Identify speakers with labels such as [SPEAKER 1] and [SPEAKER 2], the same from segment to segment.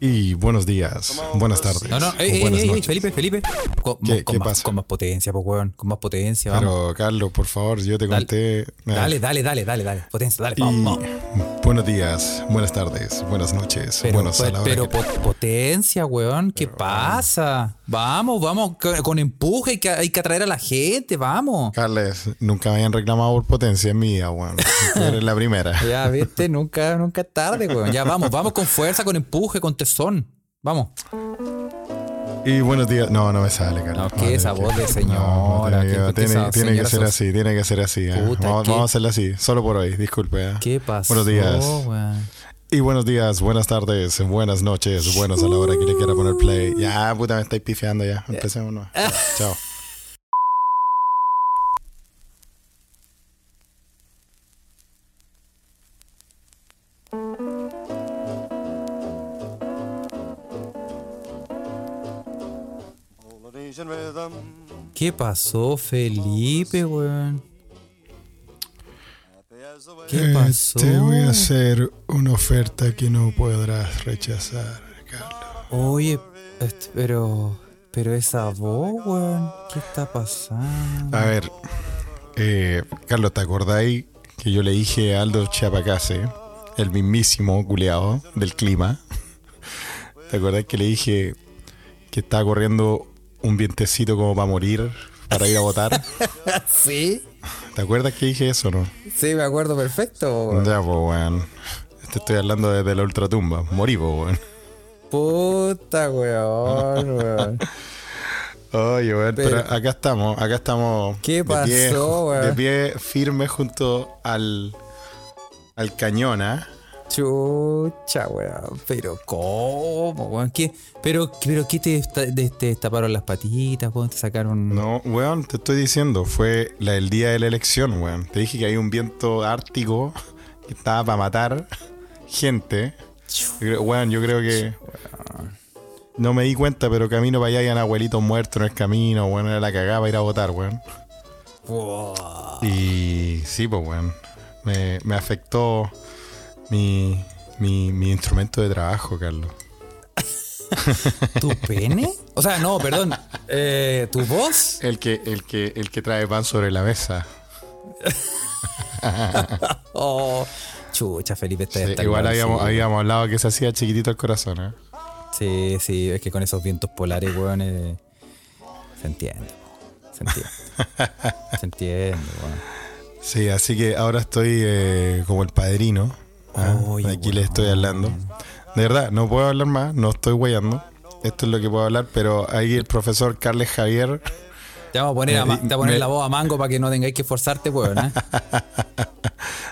[SPEAKER 1] Y buenos días, buenas tardes.
[SPEAKER 2] No, no,
[SPEAKER 1] o
[SPEAKER 2] ey, ey,
[SPEAKER 1] Pues buenas
[SPEAKER 2] ey,
[SPEAKER 1] noches.
[SPEAKER 2] Felipe, Felipe. Con,
[SPEAKER 1] ¿Qué-
[SPEAKER 2] con
[SPEAKER 1] qué
[SPEAKER 2] más,
[SPEAKER 1] pasa?
[SPEAKER 2] con más potencia, pues, weón. Con más potencia, vamos.
[SPEAKER 1] Pero Carlos, por favor, yo te
[SPEAKER 2] Dale.
[SPEAKER 1] conté. Ah,
[SPEAKER 2] dale, dale, dale, dale, dale. Potencia, dale,
[SPEAKER 1] y
[SPEAKER 2] vamos.
[SPEAKER 1] buenos días, buenas tardes, buenas noches,
[SPEAKER 2] Pero,
[SPEAKER 1] buenos a
[SPEAKER 2] pues,
[SPEAKER 1] la hora
[SPEAKER 2] pero
[SPEAKER 1] que- ah.
[SPEAKER 2] pot- potencia, weón. ¿Qué pasa? Vamos, vamos, co- con empuje. Hay que, hay que atraer a la gente, vamos.
[SPEAKER 1] Carles, nunca me habían reclamado por potencia mía, weón. Tú Eres la primera.
[SPEAKER 2] Ya, viste, nunca, nunca es tarde, weón. Ya, vamos, vamos con fuerza, con empuje, con tesón. Vamos.
[SPEAKER 1] Y buenos días. No, no me sale, Carlos.
[SPEAKER 2] No, que
[SPEAKER 1] Vale,
[SPEAKER 2] esa
[SPEAKER 1] que-
[SPEAKER 2] voz de señora,
[SPEAKER 1] No, tiene
[SPEAKER 2] que-
[SPEAKER 1] que,
[SPEAKER 2] que esa
[SPEAKER 1] tiene- tiene que
[SPEAKER 2] señora
[SPEAKER 1] ser
[SPEAKER 2] sos-
[SPEAKER 1] así, tiene que ser así. ah.
[SPEAKER 2] Puta,
[SPEAKER 1] vamos,
[SPEAKER 2] ¿qué?
[SPEAKER 1] vamos a hacerla así, solo por hoy, disculpe. ah.
[SPEAKER 2] ¿Qué pasa?
[SPEAKER 1] Buenos días.
[SPEAKER 2] weón?
[SPEAKER 1] Y buenos días, buenas tardes, buenas noches, buenas a la hora que le quiera poner play. Ya, puta, me estáis pifiando ya. Empecemos. nomás. Ya, Chao.
[SPEAKER 2] ¿Qué pasó, Felipe, weón? ¿Qué pasó?
[SPEAKER 1] Te voy a hacer una oferta que no podrás rechazar, Carlos.
[SPEAKER 2] Oye, est- pero. Pero esa voz, weón. ¿Qué está pasando?
[SPEAKER 1] A ver, eh, Carlos, ¿te acordáis que yo le dije a Aldo Chiapacase, el mismísimo culeado del clima? ¿Te acordáis que le dije que estaba corriendo un vientecito como para morir, para ir a votar?
[SPEAKER 2] Sí,
[SPEAKER 1] ¿Te acuerdas que dije eso, no?
[SPEAKER 2] sí, me acuerdo perfecto, weón.
[SPEAKER 1] Ya, pues, weón. Te estoy hablando desde la ultratumba. Morí, pues, weón.
[SPEAKER 2] Puta, weón, weón.
[SPEAKER 1] Oye, weón, pero,
[SPEAKER 2] Pero-
[SPEAKER 1] acá estamos, acá estamos.
[SPEAKER 2] ¿Qué
[SPEAKER 1] de
[SPEAKER 2] pasó,
[SPEAKER 1] pie,
[SPEAKER 2] weón?
[SPEAKER 1] De pie firme junto al, al cañón, ¿ah?
[SPEAKER 2] Chucha, weón. Pero, ¿cómo, weón? ¿Qué, pero, pero, ¿qué te, esta- de- te destaparon las patitas, weón? ¿Te sacaron.?
[SPEAKER 1] No, weón, te estoy diciendo, fue la, el día de la elección, weón. Te dije que hay un viento ártico que estaba para matar gente. Yo creo- Weón, yo creo que. No me di cuenta, pero camino para allá habían abuelitos muertos en el camino, weón. Era la cagaba ir a votar, weón.
[SPEAKER 2] Buah.
[SPEAKER 1] Y sí, pues, weón. Me, me afectó mi, mi, mi instrumento de trabajo, Carlos.
[SPEAKER 2] ¿Tu pene? O sea, no, perdón. Eh, ¿Tu voz?
[SPEAKER 1] El que, el que, el que trae pan sobre la mesa.
[SPEAKER 2] Oh, chucha, Felipe está
[SPEAKER 1] Sí,
[SPEAKER 2] está
[SPEAKER 1] igual
[SPEAKER 2] igual,
[SPEAKER 1] habíamos,
[SPEAKER 2] sí.
[SPEAKER 1] habíamos hablado que se hacía chiquitito el corazón, ¿eh?
[SPEAKER 2] Sí, sí, es que con esos vientos polares, weón, eh, se entiende. Se entiende. se entiende, weón.
[SPEAKER 1] Sí, así que ahora estoy eh, como el padrino. ¿ah?
[SPEAKER 2] Oy,
[SPEAKER 1] Aquí les estoy
[SPEAKER 2] weón.
[SPEAKER 1] hablando. De verdad, no puedo hablar más, no estoy guayando. Esto es lo que puedo hablar, pero ahí el profesor Carles Javier
[SPEAKER 2] Te vamos a poner, a ma-
[SPEAKER 1] Me-
[SPEAKER 2] te voy a poner
[SPEAKER 1] me-
[SPEAKER 2] la voz a mango para que no tengáis que esforzarte, weón. ¿eh?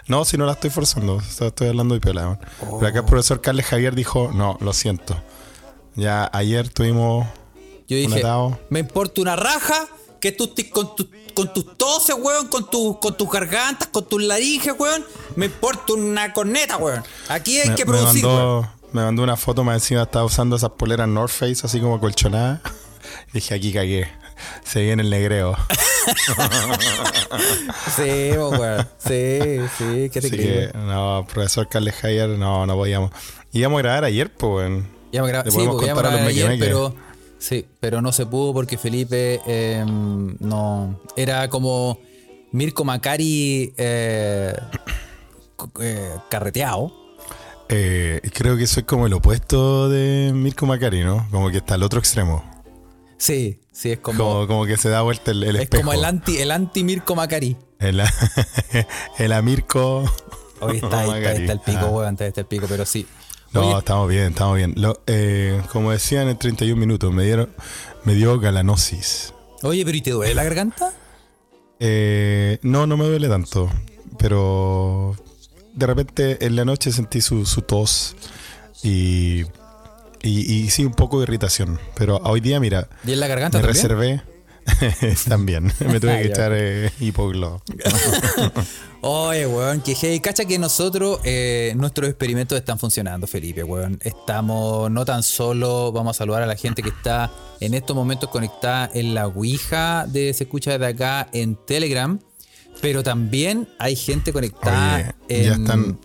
[SPEAKER 1] No, si no la estoy forzando, esto- estoy hablando de piola. weón. Pero
[SPEAKER 2] Oh.
[SPEAKER 1] acá el profesor Carles Javier dijo, no, lo siento. Ya ayer tuvimos
[SPEAKER 2] Yo
[SPEAKER 1] un
[SPEAKER 2] dije,
[SPEAKER 1] atado.
[SPEAKER 2] me importa una raja que tú estés con, tu- con tus toses, weón, con, tu- con tus gargantas, con tus laringes, weón. Me importa una corneta, weón. Aquí hay
[SPEAKER 1] Me,
[SPEAKER 2] que
[SPEAKER 1] me
[SPEAKER 2] producir, weón.
[SPEAKER 1] mandó, me mandó una foto más encima, estaba usando esas poleras North Face así como colchonadas. Dije, aquí cagué. Se viene el negreo.
[SPEAKER 2] Sí, weón. Sí, sí, ¿qué te
[SPEAKER 1] Así
[SPEAKER 2] creí,
[SPEAKER 1] que,
[SPEAKER 2] weón?
[SPEAKER 1] no, profesor Carles Javier, no, no podíamos. Íbamos a grabar ayer, pues, weón.
[SPEAKER 2] Ya me grabé,
[SPEAKER 1] Le
[SPEAKER 2] sí,
[SPEAKER 1] podemos
[SPEAKER 2] porque ya me
[SPEAKER 1] contar a
[SPEAKER 2] grabé
[SPEAKER 1] los
[SPEAKER 2] ayer,
[SPEAKER 1] mequemeques.
[SPEAKER 2] pero sí, pero no se pudo porque Felipe eh, no era como Mirko Macari eh, co- eh, carreteado.
[SPEAKER 1] Eh, creo que soy como el opuesto de Mirko Macari, ¿no? Como que está al otro extremo.
[SPEAKER 2] Sí, sí, es como,
[SPEAKER 1] Como, como que se da vuelta el, el
[SPEAKER 2] es
[SPEAKER 1] espejo.
[SPEAKER 2] como el anti el anti Mirko Macari.
[SPEAKER 1] El, el Amirco.
[SPEAKER 2] Hoy está, ahí, está, ahí está el pico,
[SPEAKER 1] Ah.
[SPEAKER 2] weón, está, ahí está el pico, pero sí.
[SPEAKER 1] No,
[SPEAKER 2] Oye,
[SPEAKER 1] estamos bien, estamos bien. Lo- eh, como decían en 31 minutos, me dieron, me dio galanosis.
[SPEAKER 2] oye, pero ¿y te duele la garganta?
[SPEAKER 1] Eh, no, no me duele tanto, pero de repente en la noche sentí su, su tos y, y, y sí, un poco de irritación. Pero hoy día, mira,
[SPEAKER 2] ¿Y en la garganta
[SPEAKER 1] me
[SPEAKER 2] también?
[SPEAKER 1] reservé. también, me tuve que
[SPEAKER 2] Ah, Ya.
[SPEAKER 1] echar eh, hipoglo.
[SPEAKER 2] Oye, weón, que hey, cacha que nosotros, eh, nuestros experimentos están funcionando, Felipe, weón. Estamos no tan solo, vamos a saludar a la gente que está en estos momentos conectada en la Ouija de Se Escucha desde acá en Telegram, pero también hay gente conectada
[SPEAKER 1] Oye, ya
[SPEAKER 2] en,
[SPEAKER 1] están,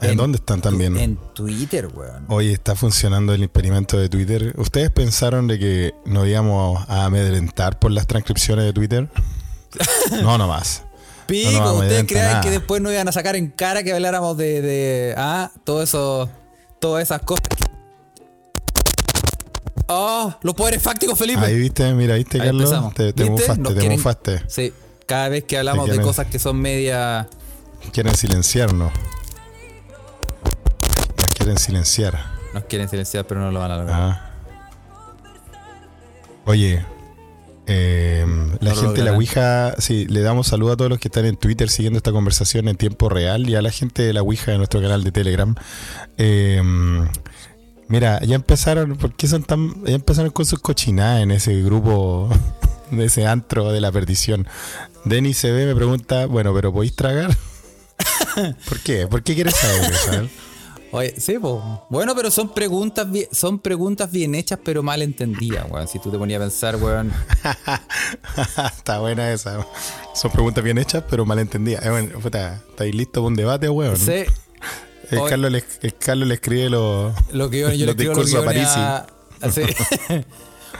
[SPEAKER 1] ¿En, dónde están también?
[SPEAKER 2] En Twitter, weón.
[SPEAKER 1] Oye, está funcionando el experimento de Twitter. ¿Ustedes pensaron de que nos íbamos a amedrentar por las transcripciones de Twitter? no, nomás.
[SPEAKER 2] Pico,
[SPEAKER 1] no, no, me
[SPEAKER 2] ustedes
[SPEAKER 1] dieron
[SPEAKER 2] creen
[SPEAKER 1] nada.
[SPEAKER 2] que después nos iban a sacar en cara que habláramos de, de ah, todo eso, todas esas cosas. Oh, los poderes fácticos, Felipe.
[SPEAKER 1] Ahí viste, mira, viste,
[SPEAKER 2] pues. Ahí
[SPEAKER 1] Carlos.
[SPEAKER 2] empezamos.
[SPEAKER 1] Te, te
[SPEAKER 2] ¿Viste?
[SPEAKER 1] mufaste,
[SPEAKER 2] Nos
[SPEAKER 1] te
[SPEAKER 2] quieren-
[SPEAKER 1] mufaste.
[SPEAKER 2] Sí, cada vez que hablamos
[SPEAKER 1] Te
[SPEAKER 2] de
[SPEAKER 1] quieren-
[SPEAKER 2] cosas que son media
[SPEAKER 1] Quieren silenciarnos. Nos quieren silenciar.
[SPEAKER 2] nos quieren silenciar, pero no lo van a lograr.
[SPEAKER 1] Ah. Oye, eh, la
[SPEAKER 2] No lo
[SPEAKER 1] gente de la
[SPEAKER 2] lograrán.
[SPEAKER 1] Ouija, sí, le damos saludo a todos los que están en Twitter siguiendo esta conversación en tiempo real y a la gente de la Ouija de nuestro canal de Telegram. Eh, mira, ya empezaron, ¿por qué son tan, ya empezaron con sus cochinadas en ese grupo, de ese antro de la perdición? Denis CB me pregunta, bueno, pero ¿podéis tragar? ¿Por qué? ¿Por qué quieres saber? eso, a ver?
[SPEAKER 2] Oye, sí, po. Bueno, pero son preguntas bien, son preguntas bien hechas, pero mal entendidas, weón. Si tú te ponías a pensar, weón.
[SPEAKER 1] Está buena esa. Son preguntas bien hechas, pero mal entendidas. Eh, bueno, puta, ¿estáis listos para un debate, weón?
[SPEAKER 2] sé
[SPEAKER 1] el,
[SPEAKER 2] hoy-
[SPEAKER 1] Carlos le, el Carlos le escribe los,
[SPEAKER 2] lo que yo, yo
[SPEAKER 1] los
[SPEAKER 2] le escribo los
[SPEAKER 1] discursos a
[SPEAKER 2] guiones
[SPEAKER 1] París.
[SPEAKER 2] a Parisi.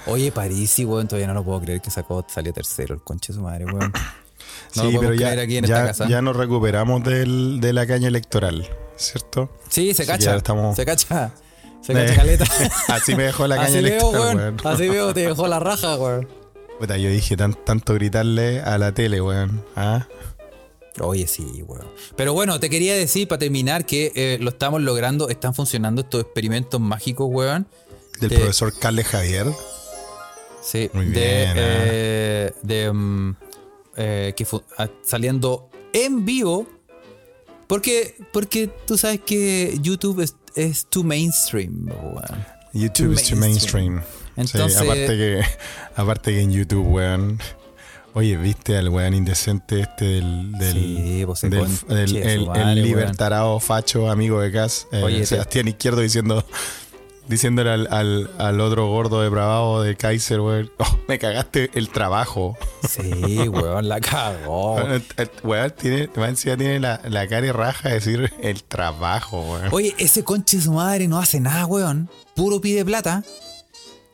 [SPEAKER 2] Oye, Parisi, weón, todavía no lo puedo creer que sacó, salió tercero el conche de su madre, weón. No lo
[SPEAKER 1] sí,
[SPEAKER 2] podemos
[SPEAKER 1] pero ya,
[SPEAKER 2] creer aquí en
[SPEAKER 1] ya-
[SPEAKER 2] esta casa.
[SPEAKER 1] ya nos recuperamos del- de la caña electoral, ¿cierto?
[SPEAKER 2] sí, se
[SPEAKER 1] Sí, ya
[SPEAKER 2] cacha.
[SPEAKER 1] estamos-
[SPEAKER 2] Se cacha. Se
[SPEAKER 1] Eh,
[SPEAKER 2] cacha caleta.
[SPEAKER 1] Así me dejó la caña
[SPEAKER 2] Así veo,
[SPEAKER 1] electoral,
[SPEAKER 2] weón.
[SPEAKER 1] weón.
[SPEAKER 2] Así veo, te dejó la raja, weón.
[SPEAKER 1] Puta, yo dije tan- tanto gritarle a la tele, weón. ¿Ah?
[SPEAKER 2] Oye, sí, weón. Pero bueno, te quería decir para terminar que eh, lo estamos logrando, están funcionando estos experimentos mágicos, weón.
[SPEAKER 1] Del
[SPEAKER 2] Eh,
[SPEAKER 1] profesor Carles Javier.
[SPEAKER 2] Sí,
[SPEAKER 1] Muy
[SPEAKER 2] de,
[SPEAKER 1] bien, ah.
[SPEAKER 2] eh, de, mm, eh, que fu- ah, saliendo en vivo. Porque, porque tú sabes que YouTube es, es too mainstream, weón.
[SPEAKER 1] YouTube es
[SPEAKER 2] Too
[SPEAKER 1] too mainstream.
[SPEAKER 2] Entonces-
[SPEAKER 1] sí, aparte que, aparte que en YouTube, weón. Oye, ¿viste al weón indecente este del. del
[SPEAKER 2] Sí, pues, el
[SPEAKER 1] del-
[SPEAKER 2] conche
[SPEAKER 1] del-
[SPEAKER 2] de su
[SPEAKER 1] el, el
[SPEAKER 2] madre, weón.
[SPEAKER 1] libertarado facho amigo de Cas, eh,
[SPEAKER 2] Oye, te-
[SPEAKER 1] Sebastián Izquierdo diciendo. Diciéndole al, al, al otro gordo depravado de Kaiser, weón. "Oh, me cagaste el trabajo.
[SPEAKER 2] Sí, weón, la cagó.
[SPEAKER 1] Weón, el- el- weón, tiene, más encima tiene la, la cara y raja de decir el trabajo, weón.
[SPEAKER 2] Oye, ese conche de su madre no hace nada, weón. Puro pide plata.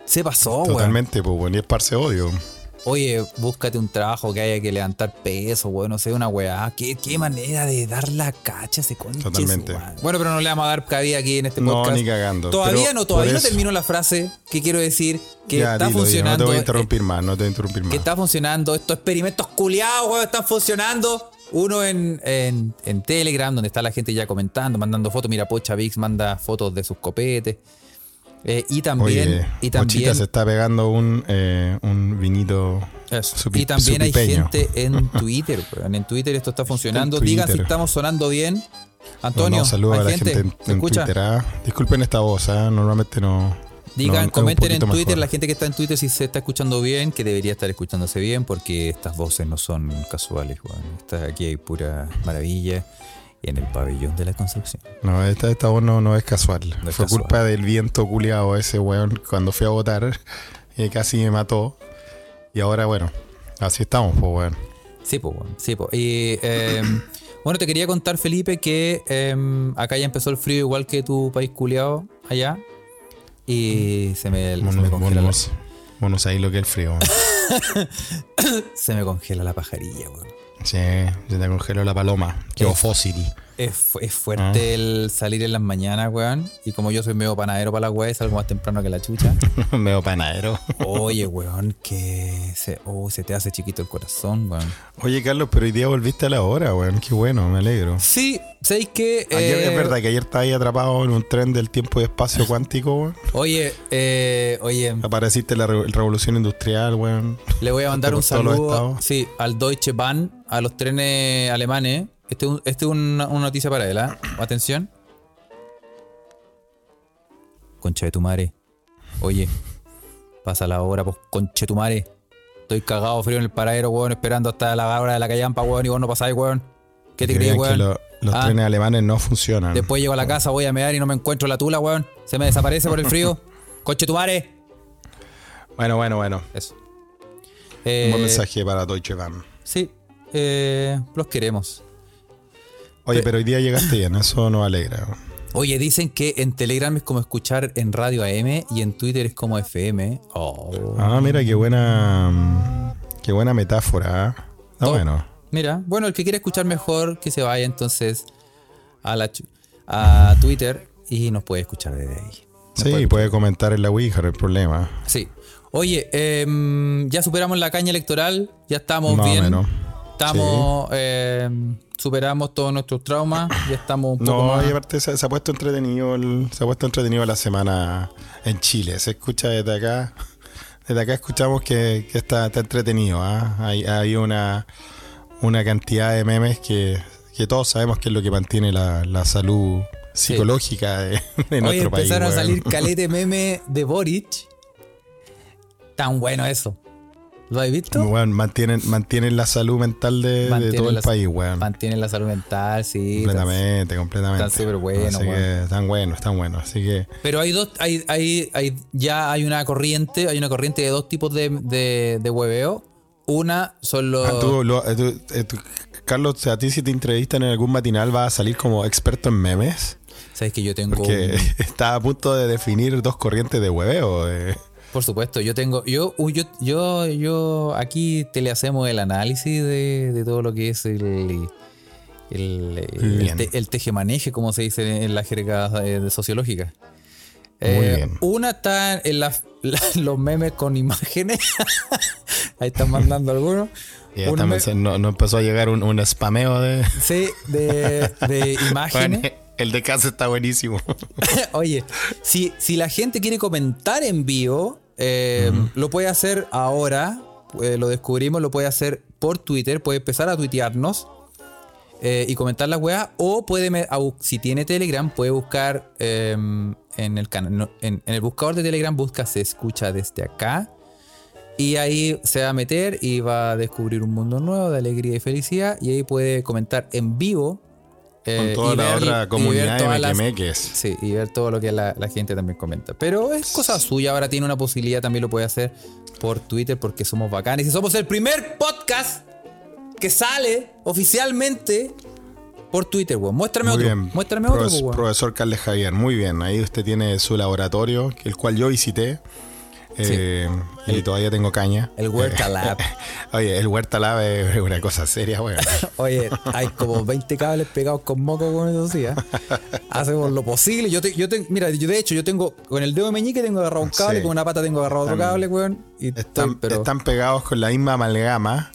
[SPEAKER 2] Se pasó, weón.
[SPEAKER 1] Totalmente, pues, weón. Y esparce odio.
[SPEAKER 2] Oye, búscate un trabajo que haya que levantar peso, weón, no sé, una weá. ¿Qué, qué manera de dar la cacha a ese conche. su
[SPEAKER 1] Totalmente.
[SPEAKER 2] madre. Bueno, pero no le vamos a dar cabida aquí en este
[SPEAKER 1] No,
[SPEAKER 2] podcast.
[SPEAKER 1] ni cagando.
[SPEAKER 2] Todavía
[SPEAKER 1] Pero
[SPEAKER 2] no, todavía
[SPEAKER 1] por
[SPEAKER 2] no
[SPEAKER 1] eso-
[SPEAKER 2] termino la frase que quiero decir que
[SPEAKER 1] Ya,
[SPEAKER 2] está
[SPEAKER 1] dilo, dilo. No
[SPEAKER 2] funcionando.
[SPEAKER 1] te voy a
[SPEAKER 2] eh,
[SPEAKER 1] interrumpir más, no te voy a interrumpir más.
[SPEAKER 2] que está funcionando. Estos experimentos culiados, weón, están funcionando. Uno en, en- en Telegram, donde está la gente ya comentando, mandando fotos. Mira, Pocha Vix manda fotos de sus copetes. Eh, y también.
[SPEAKER 1] Oye,
[SPEAKER 2] y también
[SPEAKER 1] Pochita se está pegando un, eh, un vinito.
[SPEAKER 2] Eso.
[SPEAKER 1] su pi-
[SPEAKER 2] y también
[SPEAKER 1] su
[SPEAKER 2] hay
[SPEAKER 1] pipeño.
[SPEAKER 2] gente en Twitter, weón. En Twitter esto está funcionando.
[SPEAKER 1] Twitter.
[SPEAKER 2] Digan si estamos sonando bien. Antonio,
[SPEAKER 1] Antonio, saludos
[SPEAKER 2] hay
[SPEAKER 1] a la gente, en-
[SPEAKER 2] ¿Se
[SPEAKER 1] en,
[SPEAKER 2] escucha?
[SPEAKER 1] Twitter. ah. Disculpen esta voz, ah, normalmente no. no, es
[SPEAKER 2] Digan,
[SPEAKER 1] un
[SPEAKER 2] comenten en
[SPEAKER 1] poquito más
[SPEAKER 2] Twitter
[SPEAKER 1] joven.
[SPEAKER 2] la gente que está en Twitter si se está escuchando bien, que debería estar escuchándose bien, porque estas voces no son casuales, weón. Esta- aquí hay pura maravilla en el pabellón de la Concepción.
[SPEAKER 1] No, esta, esta voz no, no es casual.
[SPEAKER 2] No es
[SPEAKER 1] Fue
[SPEAKER 2] casual.
[SPEAKER 1] culpa del viento culiado ese weón cuando fui a votar. Y casi me mató. Y ahora, bueno, así estamos, pues, weón.
[SPEAKER 2] Sí, pues, sí, po. Y eh, bueno, te quería contar, Felipe, que eh, acá ya empezó el frío igual que tu país culiado allá. Y
[SPEAKER 1] Mm.
[SPEAKER 2] se me, se me
[SPEAKER 1] Monos,
[SPEAKER 2] congela la-
[SPEAKER 1] monos, monos ahí lo que es el frío, weón.
[SPEAKER 2] Se me congela la pajarilla, weón.
[SPEAKER 1] Sí, se te congeló la paloma. Qué fósil.
[SPEAKER 2] Es, fu- es fuerte
[SPEAKER 1] Ah.
[SPEAKER 2] el salir en las mañanas, weón. Y como yo soy medio panadero para la weá, salgo más temprano que la chucha.
[SPEAKER 1] Medio panadero.
[SPEAKER 2] Oye, weón, que se, oh, se te hace chiquito el corazón, weón.
[SPEAKER 1] Oye, Carlos, pero hoy día volviste a la hora, weón. Qué bueno, me alegro.
[SPEAKER 2] Sí, ¿sabéis qué?
[SPEAKER 1] Ayer,
[SPEAKER 2] Eh,
[SPEAKER 1] es verdad que ayer estaba ahí atrapado en un tren del tiempo y espacio cuántico, weón.
[SPEAKER 2] Oye, eh, oye,
[SPEAKER 1] Apareciste en la re- revolución industrial, weón.
[SPEAKER 2] le voy a mandar un
[SPEAKER 1] por todos los
[SPEAKER 2] saludo
[SPEAKER 1] estados.
[SPEAKER 2] sí, al Deutsche Bahn, a los trenes alemanes. Este es un- este es una, una noticia para él, ¿ah? Atención. Concha de tu madre. Oye, pasa la hora, pues, concha de tu madre. Estoy cagado frío en el paradero, weón, esperando hasta la hora de la callampa, weón, y vos no pasáis, weón. ¿Qué te
[SPEAKER 1] Que
[SPEAKER 2] crees,
[SPEAKER 1] vean que
[SPEAKER 2] weón?
[SPEAKER 1] lo- los
[SPEAKER 2] Ah.
[SPEAKER 1] trenes alemanes no funcionan.
[SPEAKER 2] Después llego a la casa, voy a mear y no me encuentro la tula, weón. Se me desaparece por el frío. Coche tu madre.
[SPEAKER 1] Bueno, bueno, bueno.
[SPEAKER 2] Eso.
[SPEAKER 1] Un buen
[SPEAKER 2] Eh,
[SPEAKER 1] mensaje para Deutsche Bahn.
[SPEAKER 2] Sí. eh, los queremos.
[SPEAKER 1] Oye, pero hoy día llegaste bien, eso nos alegra. weón.
[SPEAKER 2] Oye, dicen que en Telegram es como escuchar en radio AM y en Twitter es como FM. Oh.
[SPEAKER 1] Ah, mira, qué buena. mm, Qué buena metáfora. ¿ah? Está
[SPEAKER 2] No.
[SPEAKER 1] bueno.
[SPEAKER 2] Mira, bueno, el que quiera escuchar mejor, que se vaya entonces a, la chu- a Twitter y nos puede escuchar desde ahí.
[SPEAKER 1] Sí, puede, comentar en la Ouija, no hay problema.
[SPEAKER 2] Sí. Oye, em, ya superamos la caña electoral, ya estamos
[SPEAKER 1] Más o
[SPEAKER 2] bien.
[SPEAKER 1] menos.
[SPEAKER 2] Estamos, em, superamos todos nuestros traumas, ya estamos un poco
[SPEAKER 1] No,
[SPEAKER 2] más.
[SPEAKER 1] y aparte se, se ha puesto entretenido el- se ha puesto entretenido la semana en Chile. Se escucha desde acá. Desde acá escuchamos que, que está, está entretenido. ¿ah? Hay, hay una, una cantidad de memes que, que todos sabemos que es lo que mantiene la, la salud psicológica de, de
[SPEAKER 2] Oye,
[SPEAKER 1] nuestro país.
[SPEAKER 2] empezaron a
[SPEAKER 1] weón.
[SPEAKER 2] salir calete meme de Boric. Tan bueno eso. ¿Lo has visto?
[SPEAKER 1] Weón, mantienen, mantienen la salud mental de- de,
[SPEAKER 2] Mantienen
[SPEAKER 1] todo el
[SPEAKER 2] la-
[SPEAKER 1] país, weón.
[SPEAKER 2] Mantienen la salud mental, sí.
[SPEAKER 1] Completamente, completamente.
[SPEAKER 2] están súper buenos,
[SPEAKER 1] Así que
[SPEAKER 2] weón.
[SPEAKER 1] están buenos, están buenos. Así que
[SPEAKER 2] Pero hay dos, hay, hay, hay, ya hay una corriente, hay una corriente de dos tipos de, de, de hueveo. Una son los.
[SPEAKER 1] Ah, tú, lo- eh, tú- eh, tú- Carlos, a ti si te entrevistan en algún matinal vas a salir como experto en memes,
[SPEAKER 2] Sabes que yo tengo.
[SPEAKER 1] porque
[SPEAKER 2] un-
[SPEAKER 1] está a punto de definir dos corrientes de hueveo. eh.
[SPEAKER 2] por supuesto, yo tengo. Yo, uy, yo, yo, yo aquí te le hacemos el análisis de, de todo lo que es el. El, el,
[SPEAKER 1] Bien.
[SPEAKER 2] te- el tejemaneje, como se dice en la jerga eh, de sociológica.
[SPEAKER 1] Muy
[SPEAKER 2] Eh,
[SPEAKER 1] bien.
[SPEAKER 2] Una está en las- la- los memes con imágenes. Ahí están mandando algunos.
[SPEAKER 1] Y ya
[SPEAKER 2] Un
[SPEAKER 1] también
[SPEAKER 2] me-
[SPEAKER 1] se- no, no empezó a llegar un, un spameo de...
[SPEAKER 2] Sí, de, de imágenes.
[SPEAKER 1] Bueno, el de casa está buenísimo.
[SPEAKER 2] Oye, si, si la gente quiere comentar en vivo, eh, lo puede hacer ahora. eh, lo descubrimos, lo puede hacer por Twitter. Puede empezar a tuitearnos eh, y comentar la weá. O puede, me- au- si tiene Telegram, puede buscar eh, en, el cana- no, en, en el buscador de Telegram, busca se escucha desde acá. Y ahí se va a meter y va a descubrir un mundo nuevo de alegría y felicidad. Y ahí puede comentar en vivo. eh,
[SPEAKER 1] Con toda
[SPEAKER 2] y
[SPEAKER 1] la
[SPEAKER 2] ver- y
[SPEAKER 1] otra
[SPEAKER 2] ver
[SPEAKER 1] comunidad de
[SPEAKER 2] todas las-
[SPEAKER 1] mequemeques.
[SPEAKER 2] Sí, y ver todo lo que la, la gente también comenta. Pero es cosa suya, ahora tiene una posibilidad, también lo puede hacer por Twitter porque somos bacanes. Y somos el primer podcast que sale oficialmente por Twitter, weón. Muéstrame
[SPEAKER 1] Muy
[SPEAKER 2] otro.
[SPEAKER 1] bien.
[SPEAKER 2] Muéstrame
[SPEAKER 1] Profes-
[SPEAKER 2] otro, pues, weón.
[SPEAKER 1] Profesor Carles Javier, muy bien. Ahí usted tiene su laboratorio, el cual yo visité. eh, Y todavía tengo caña.
[SPEAKER 2] El Huerta Lab.
[SPEAKER 1] Oye, el Huerta Lab es una cosa seria, weón.
[SPEAKER 2] Oye, hay como 20 cables pegados con moco con eso, sí, ¿eh? Hacemos lo posible. Yo, te- yo te- mira, yo de hecho, yo tengo con el dedo meñique tengo agarrado un cable,
[SPEAKER 1] Ah, Sí.
[SPEAKER 2] con una pata tengo agarrado otro
[SPEAKER 1] Están-
[SPEAKER 2] cable, weón. Y estoy,
[SPEAKER 1] Están,
[SPEAKER 2] pero-
[SPEAKER 1] están pegados con la misma amalgama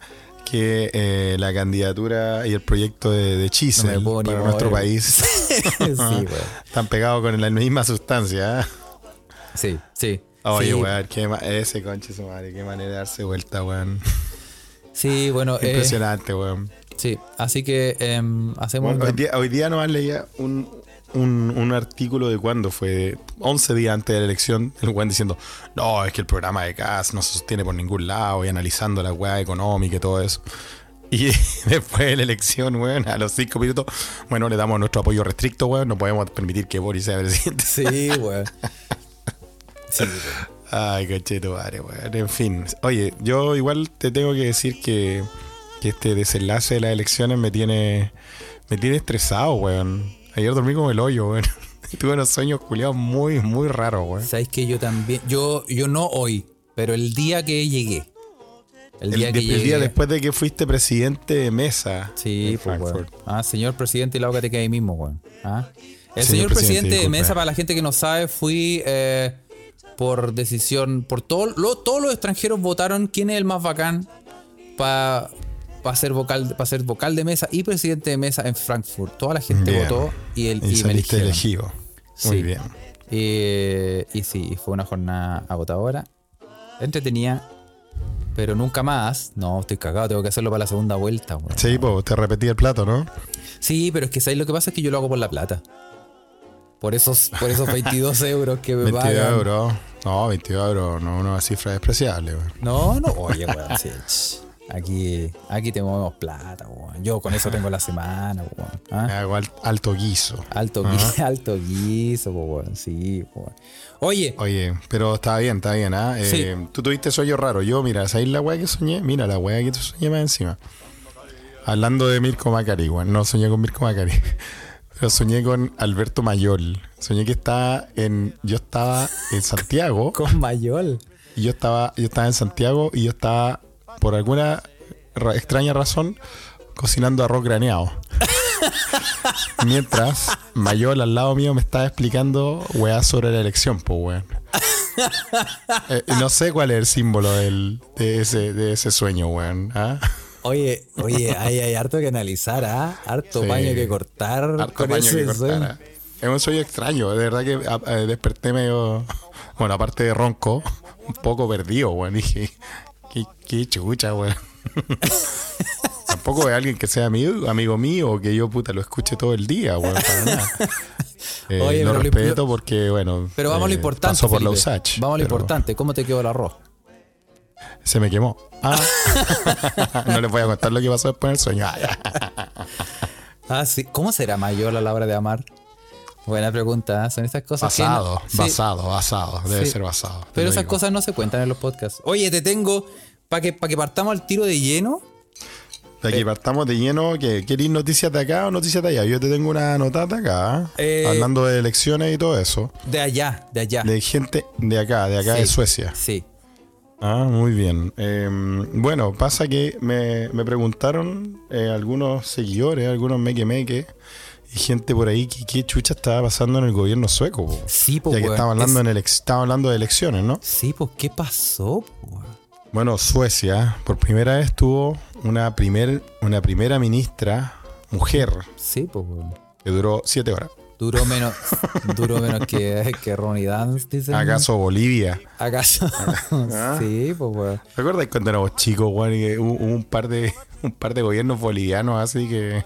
[SPEAKER 1] que eh, la candidatura y el proyecto de, de Chisel
[SPEAKER 2] No me puedo ni
[SPEAKER 1] para
[SPEAKER 2] mover.
[SPEAKER 1] nuestro país.
[SPEAKER 2] sí, weón.
[SPEAKER 1] están pegados con la misma sustancia. ¿eh?
[SPEAKER 2] Sí, sí.
[SPEAKER 1] Oye,
[SPEAKER 2] sí,
[SPEAKER 1] weón, qué ma- ese conche su madre, qué manera de darse vuelta, weón.
[SPEAKER 2] Sí, bueno, eh,
[SPEAKER 1] Impresionante, weón.
[SPEAKER 2] sí. Así que em, hacemos.
[SPEAKER 1] Bueno, hoy, día, hoy día nomás leía un, un, un artículo de cuando fue, 11 días antes de la elección, el weón diciendo, no, es que el programa de CAS no se sostiene por ningún lado y analizando la weá económica y todo eso. Y después de la elección, weón, a los 5 minutos, bueno, le damos nuestro apoyo restricto, weón, no podemos permitir que Boris sea presidente.
[SPEAKER 2] Sí, weón. Sí, weón.
[SPEAKER 1] Ay, cachito, madre, weón. En fin, oye, yo igual te tengo que decir que, que este desenlace de las elecciones me tiene, me tiene estresado, weón. Ayer dormí como el hoyo, weón. Tuve unos sueños culiados muy, muy raros, weón.
[SPEAKER 2] Sabéis que yo también. Yo, yo no hoy, pero el día que llegué. El
[SPEAKER 1] El,
[SPEAKER 2] día
[SPEAKER 1] de-
[SPEAKER 2] que
[SPEAKER 1] el
[SPEAKER 2] llegué.
[SPEAKER 1] día después de que fuiste presidente de mesa.
[SPEAKER 2] Sí,
[SPEAKER 1] en
[SPEAKER 2] pues, weón.
[SPEAKER 1] Frankfurt.
[SPEAKER 2] Ah, señor presidente, y la boca te queda ahí mismo, weón. Ah.
[SPEAKER 1] Señor
[SPEAKER 2] El señor,
[SPEAKER 1] presidente,
[SPEAKER 2] presidente, de
[SPEAKER 1] disculpe.
[SPEAKER 2] mesa, para la gente que no sabe, fui eh, por decisión, por todo, lo- todos los extranjeros votaron quién es el más bacán para ser vocal, para ser vocal de mesa y presidente de mesa en Frankfurt. Toda la gente
[SPEAKER 1] Bien.
[SPEAKER 2] votó y él
[SPEAKER 1] Y,
[SPEAKER 2] y, me
[SPEAKER 1] saliste
[SPEAKER 2] eligieron.
[SPEAKER 1] elegido. Muy
[SPEAKER 2] Sí.
[SPEAKER 1] bien.
[SPEAKER 2] Eh, y sí, fue una jornada agotadora, entretenida, pero nunca más. No, estoy cagado, tengo que hacerlo para la segunda vuelta, weón.
[SPEAKER 1] Sí, pues, te repetí el plato, ¿no?
[SPEAKER 2] Sí, pero es que ¿sabes? lo que pasa es que yo lo hago por la plata. Por esos, por esos 22 euros que me
[SPEAKER 1] 22
[SPEAKER 2] pagan.
[SPEAKER 1] euros. No, 22 euros, no, una cifra despreciable, weón.
[SPEAKER 2] No, no. Oye, weón, sí, ch, Aquí, aquí te movemos plata, weón. Yo con eso tengo la semana, weón. ¿ah?
[SPEAKER 1] Hago al- alto guiso.
[SPEAKER 2] Alto, guiso, alto guiso, po, weón. Sí, weón. Oye,
[SPEAKER 1] Oye, pero está bien, está bien, ¿ah? Eh,
[SPEAKER 2] Sí.
[SPEAKER 1] Tú tuviste sueño raro. Yo, mira, esa es la weá que soñé. Mira, la weá que soñé más encima. Hablando de Mirko Macari, weón. No soñé con Mirko Macari. Pero soñé con Alberto Mayol. Soñé que estaba en. Yo estaba en Santiago.
[SPEAKER 2] Con Mayol.
[SPEAKER 1] Y yo estaba, yo estaba en Santiago y yo estaba, por alguna ra- extraña razón, cocinando arroz graneado. Mientras Mayol al lado mío me estaba explicando weá sobre la elección, pues weón. Eh, no sé cuál es el símbolo del- de, ese, de ese sueño, weón. ¿ah?
[SPEAKER 2] Oye, oye, ahí hay harto que analizar, ¿ah? Harto
[SPEAKER 1] Sí.
[SPEAKER 2] paño que cortar
[SPEAKER 1] Harto
[SPEAKER 2] con
[SPEAKER 1] paño
[SPEAKER 2] ese
[SPEAKER 1] que cortar,
[SPEAKER 2] sueño.
[SPEAKER 1] ¿ah? Es un sueño extraño, de verdad que ah, eh, desperté medio, bueno, aparte de ronco, un poco perdido, weón. Dije, qué, qué chucha, weón. Tampoco es alguien que sea amigo, amigo mío o que yo, puta, lo escuche todo el día, weón, para nada. Eh,
[SPEAKER 2] Oye,
[SPEAKER 1] lo
[SPEAKER 2] pero lo imp-
[SPEAKER 1] respeto porque, bueno,
[SPEAKER 2] Pero vamos a lo
[SPEAKER 1] eh,
[SPEAKER 2] importante.
[SPEAKER 1] pasó por la
[SPEAKER 2] Felipe.
[SPEAKER 1] USACH.
[SPEAKER 2] Vamos a lo
[SPEAKER 1] pero
[SPEAKER 2] importante. ¿Cómo te quedó el arroz?
[SPEAKER 1] Se me quemó. Ah. no les voy a contar lo que pasó después en el sueño. Ah, ya.
[SPEAKER 2] Ah, sí. ¿Cómo será mayor a la hora de amar? Buena pregunta. ¿eh? Son estas cosas que no-
[SPEAKER 1] Basado,
[SPEAKER 2] Sí,
[SPEAKER 1] basado, basado. Debe
[SPEAKER 2] Sí.
[SPEAKER 1] ser basado. te
[SPEAKER 2] Pero
[SPEAKER 1] lo
[SPEAKER 2] esas
[SPEAKER 1] digo.
[SPEAKER 2] cosas no se cuentan en los podcasts. Oye, te tengo. Para que, pa' que partamos al tiro de lleno.
[SPEAKER 1] De
[SPEAKER 2] Eh.
[SPEAKER 1] aquí partamos de lleno. ¿qué- ¿Queréis noticias de acá o noticias de allá? Yo te tengo una notata acá,
[SPEAKER 2] Eh,
[SPEAKER 1] hablando de elecciones y todo eso.
[SPEAKER 2] De allá, de allá.
[SPEAKER 1] De gente de acá, de acá
[SPEAKER 2] Sí.
[SPEAKER 1] de Suecia.
[SPEAKER 2] Sí.
[SPEAKER 1] Ah, muy bien. Eh, bueno, pasa que me, me preguntaron eh, algunos seguidores, algunos meque meque y gente por ahí que qué chucha estaba pasando en el gobierno sueco. po.
[SPEAKER 2] Sí, pues.
[SPEAKER 1] Ya que estaba hablando, en elec- estaba hablando de elecciones, ¿no?
[SPEAKER 2] Sí, pues, ¿qué pasó? po, weón?
[SPEAKER 1] Bueno, Suecia por primera vez tuvo una, primer, una primera ministra mujer
[SPEAKER 2] Sí, pues, weón.
[SPEAKER 1] que duró siete horas.
[SPEAKER 2] Duró menos, duró menos que, que Ronnie Dance, dicen.
[SPEAKER 1] ¿Acaso Ah. Bolivia?
[SPEAKER 2] ¿Acaso? sí, pues, weón.
[SPEAKER 1] ¿Te acuerdas cuando éramos chicos, weón? y que Hubo, hubo un, par de, un par de gobiernos bolivianos así que,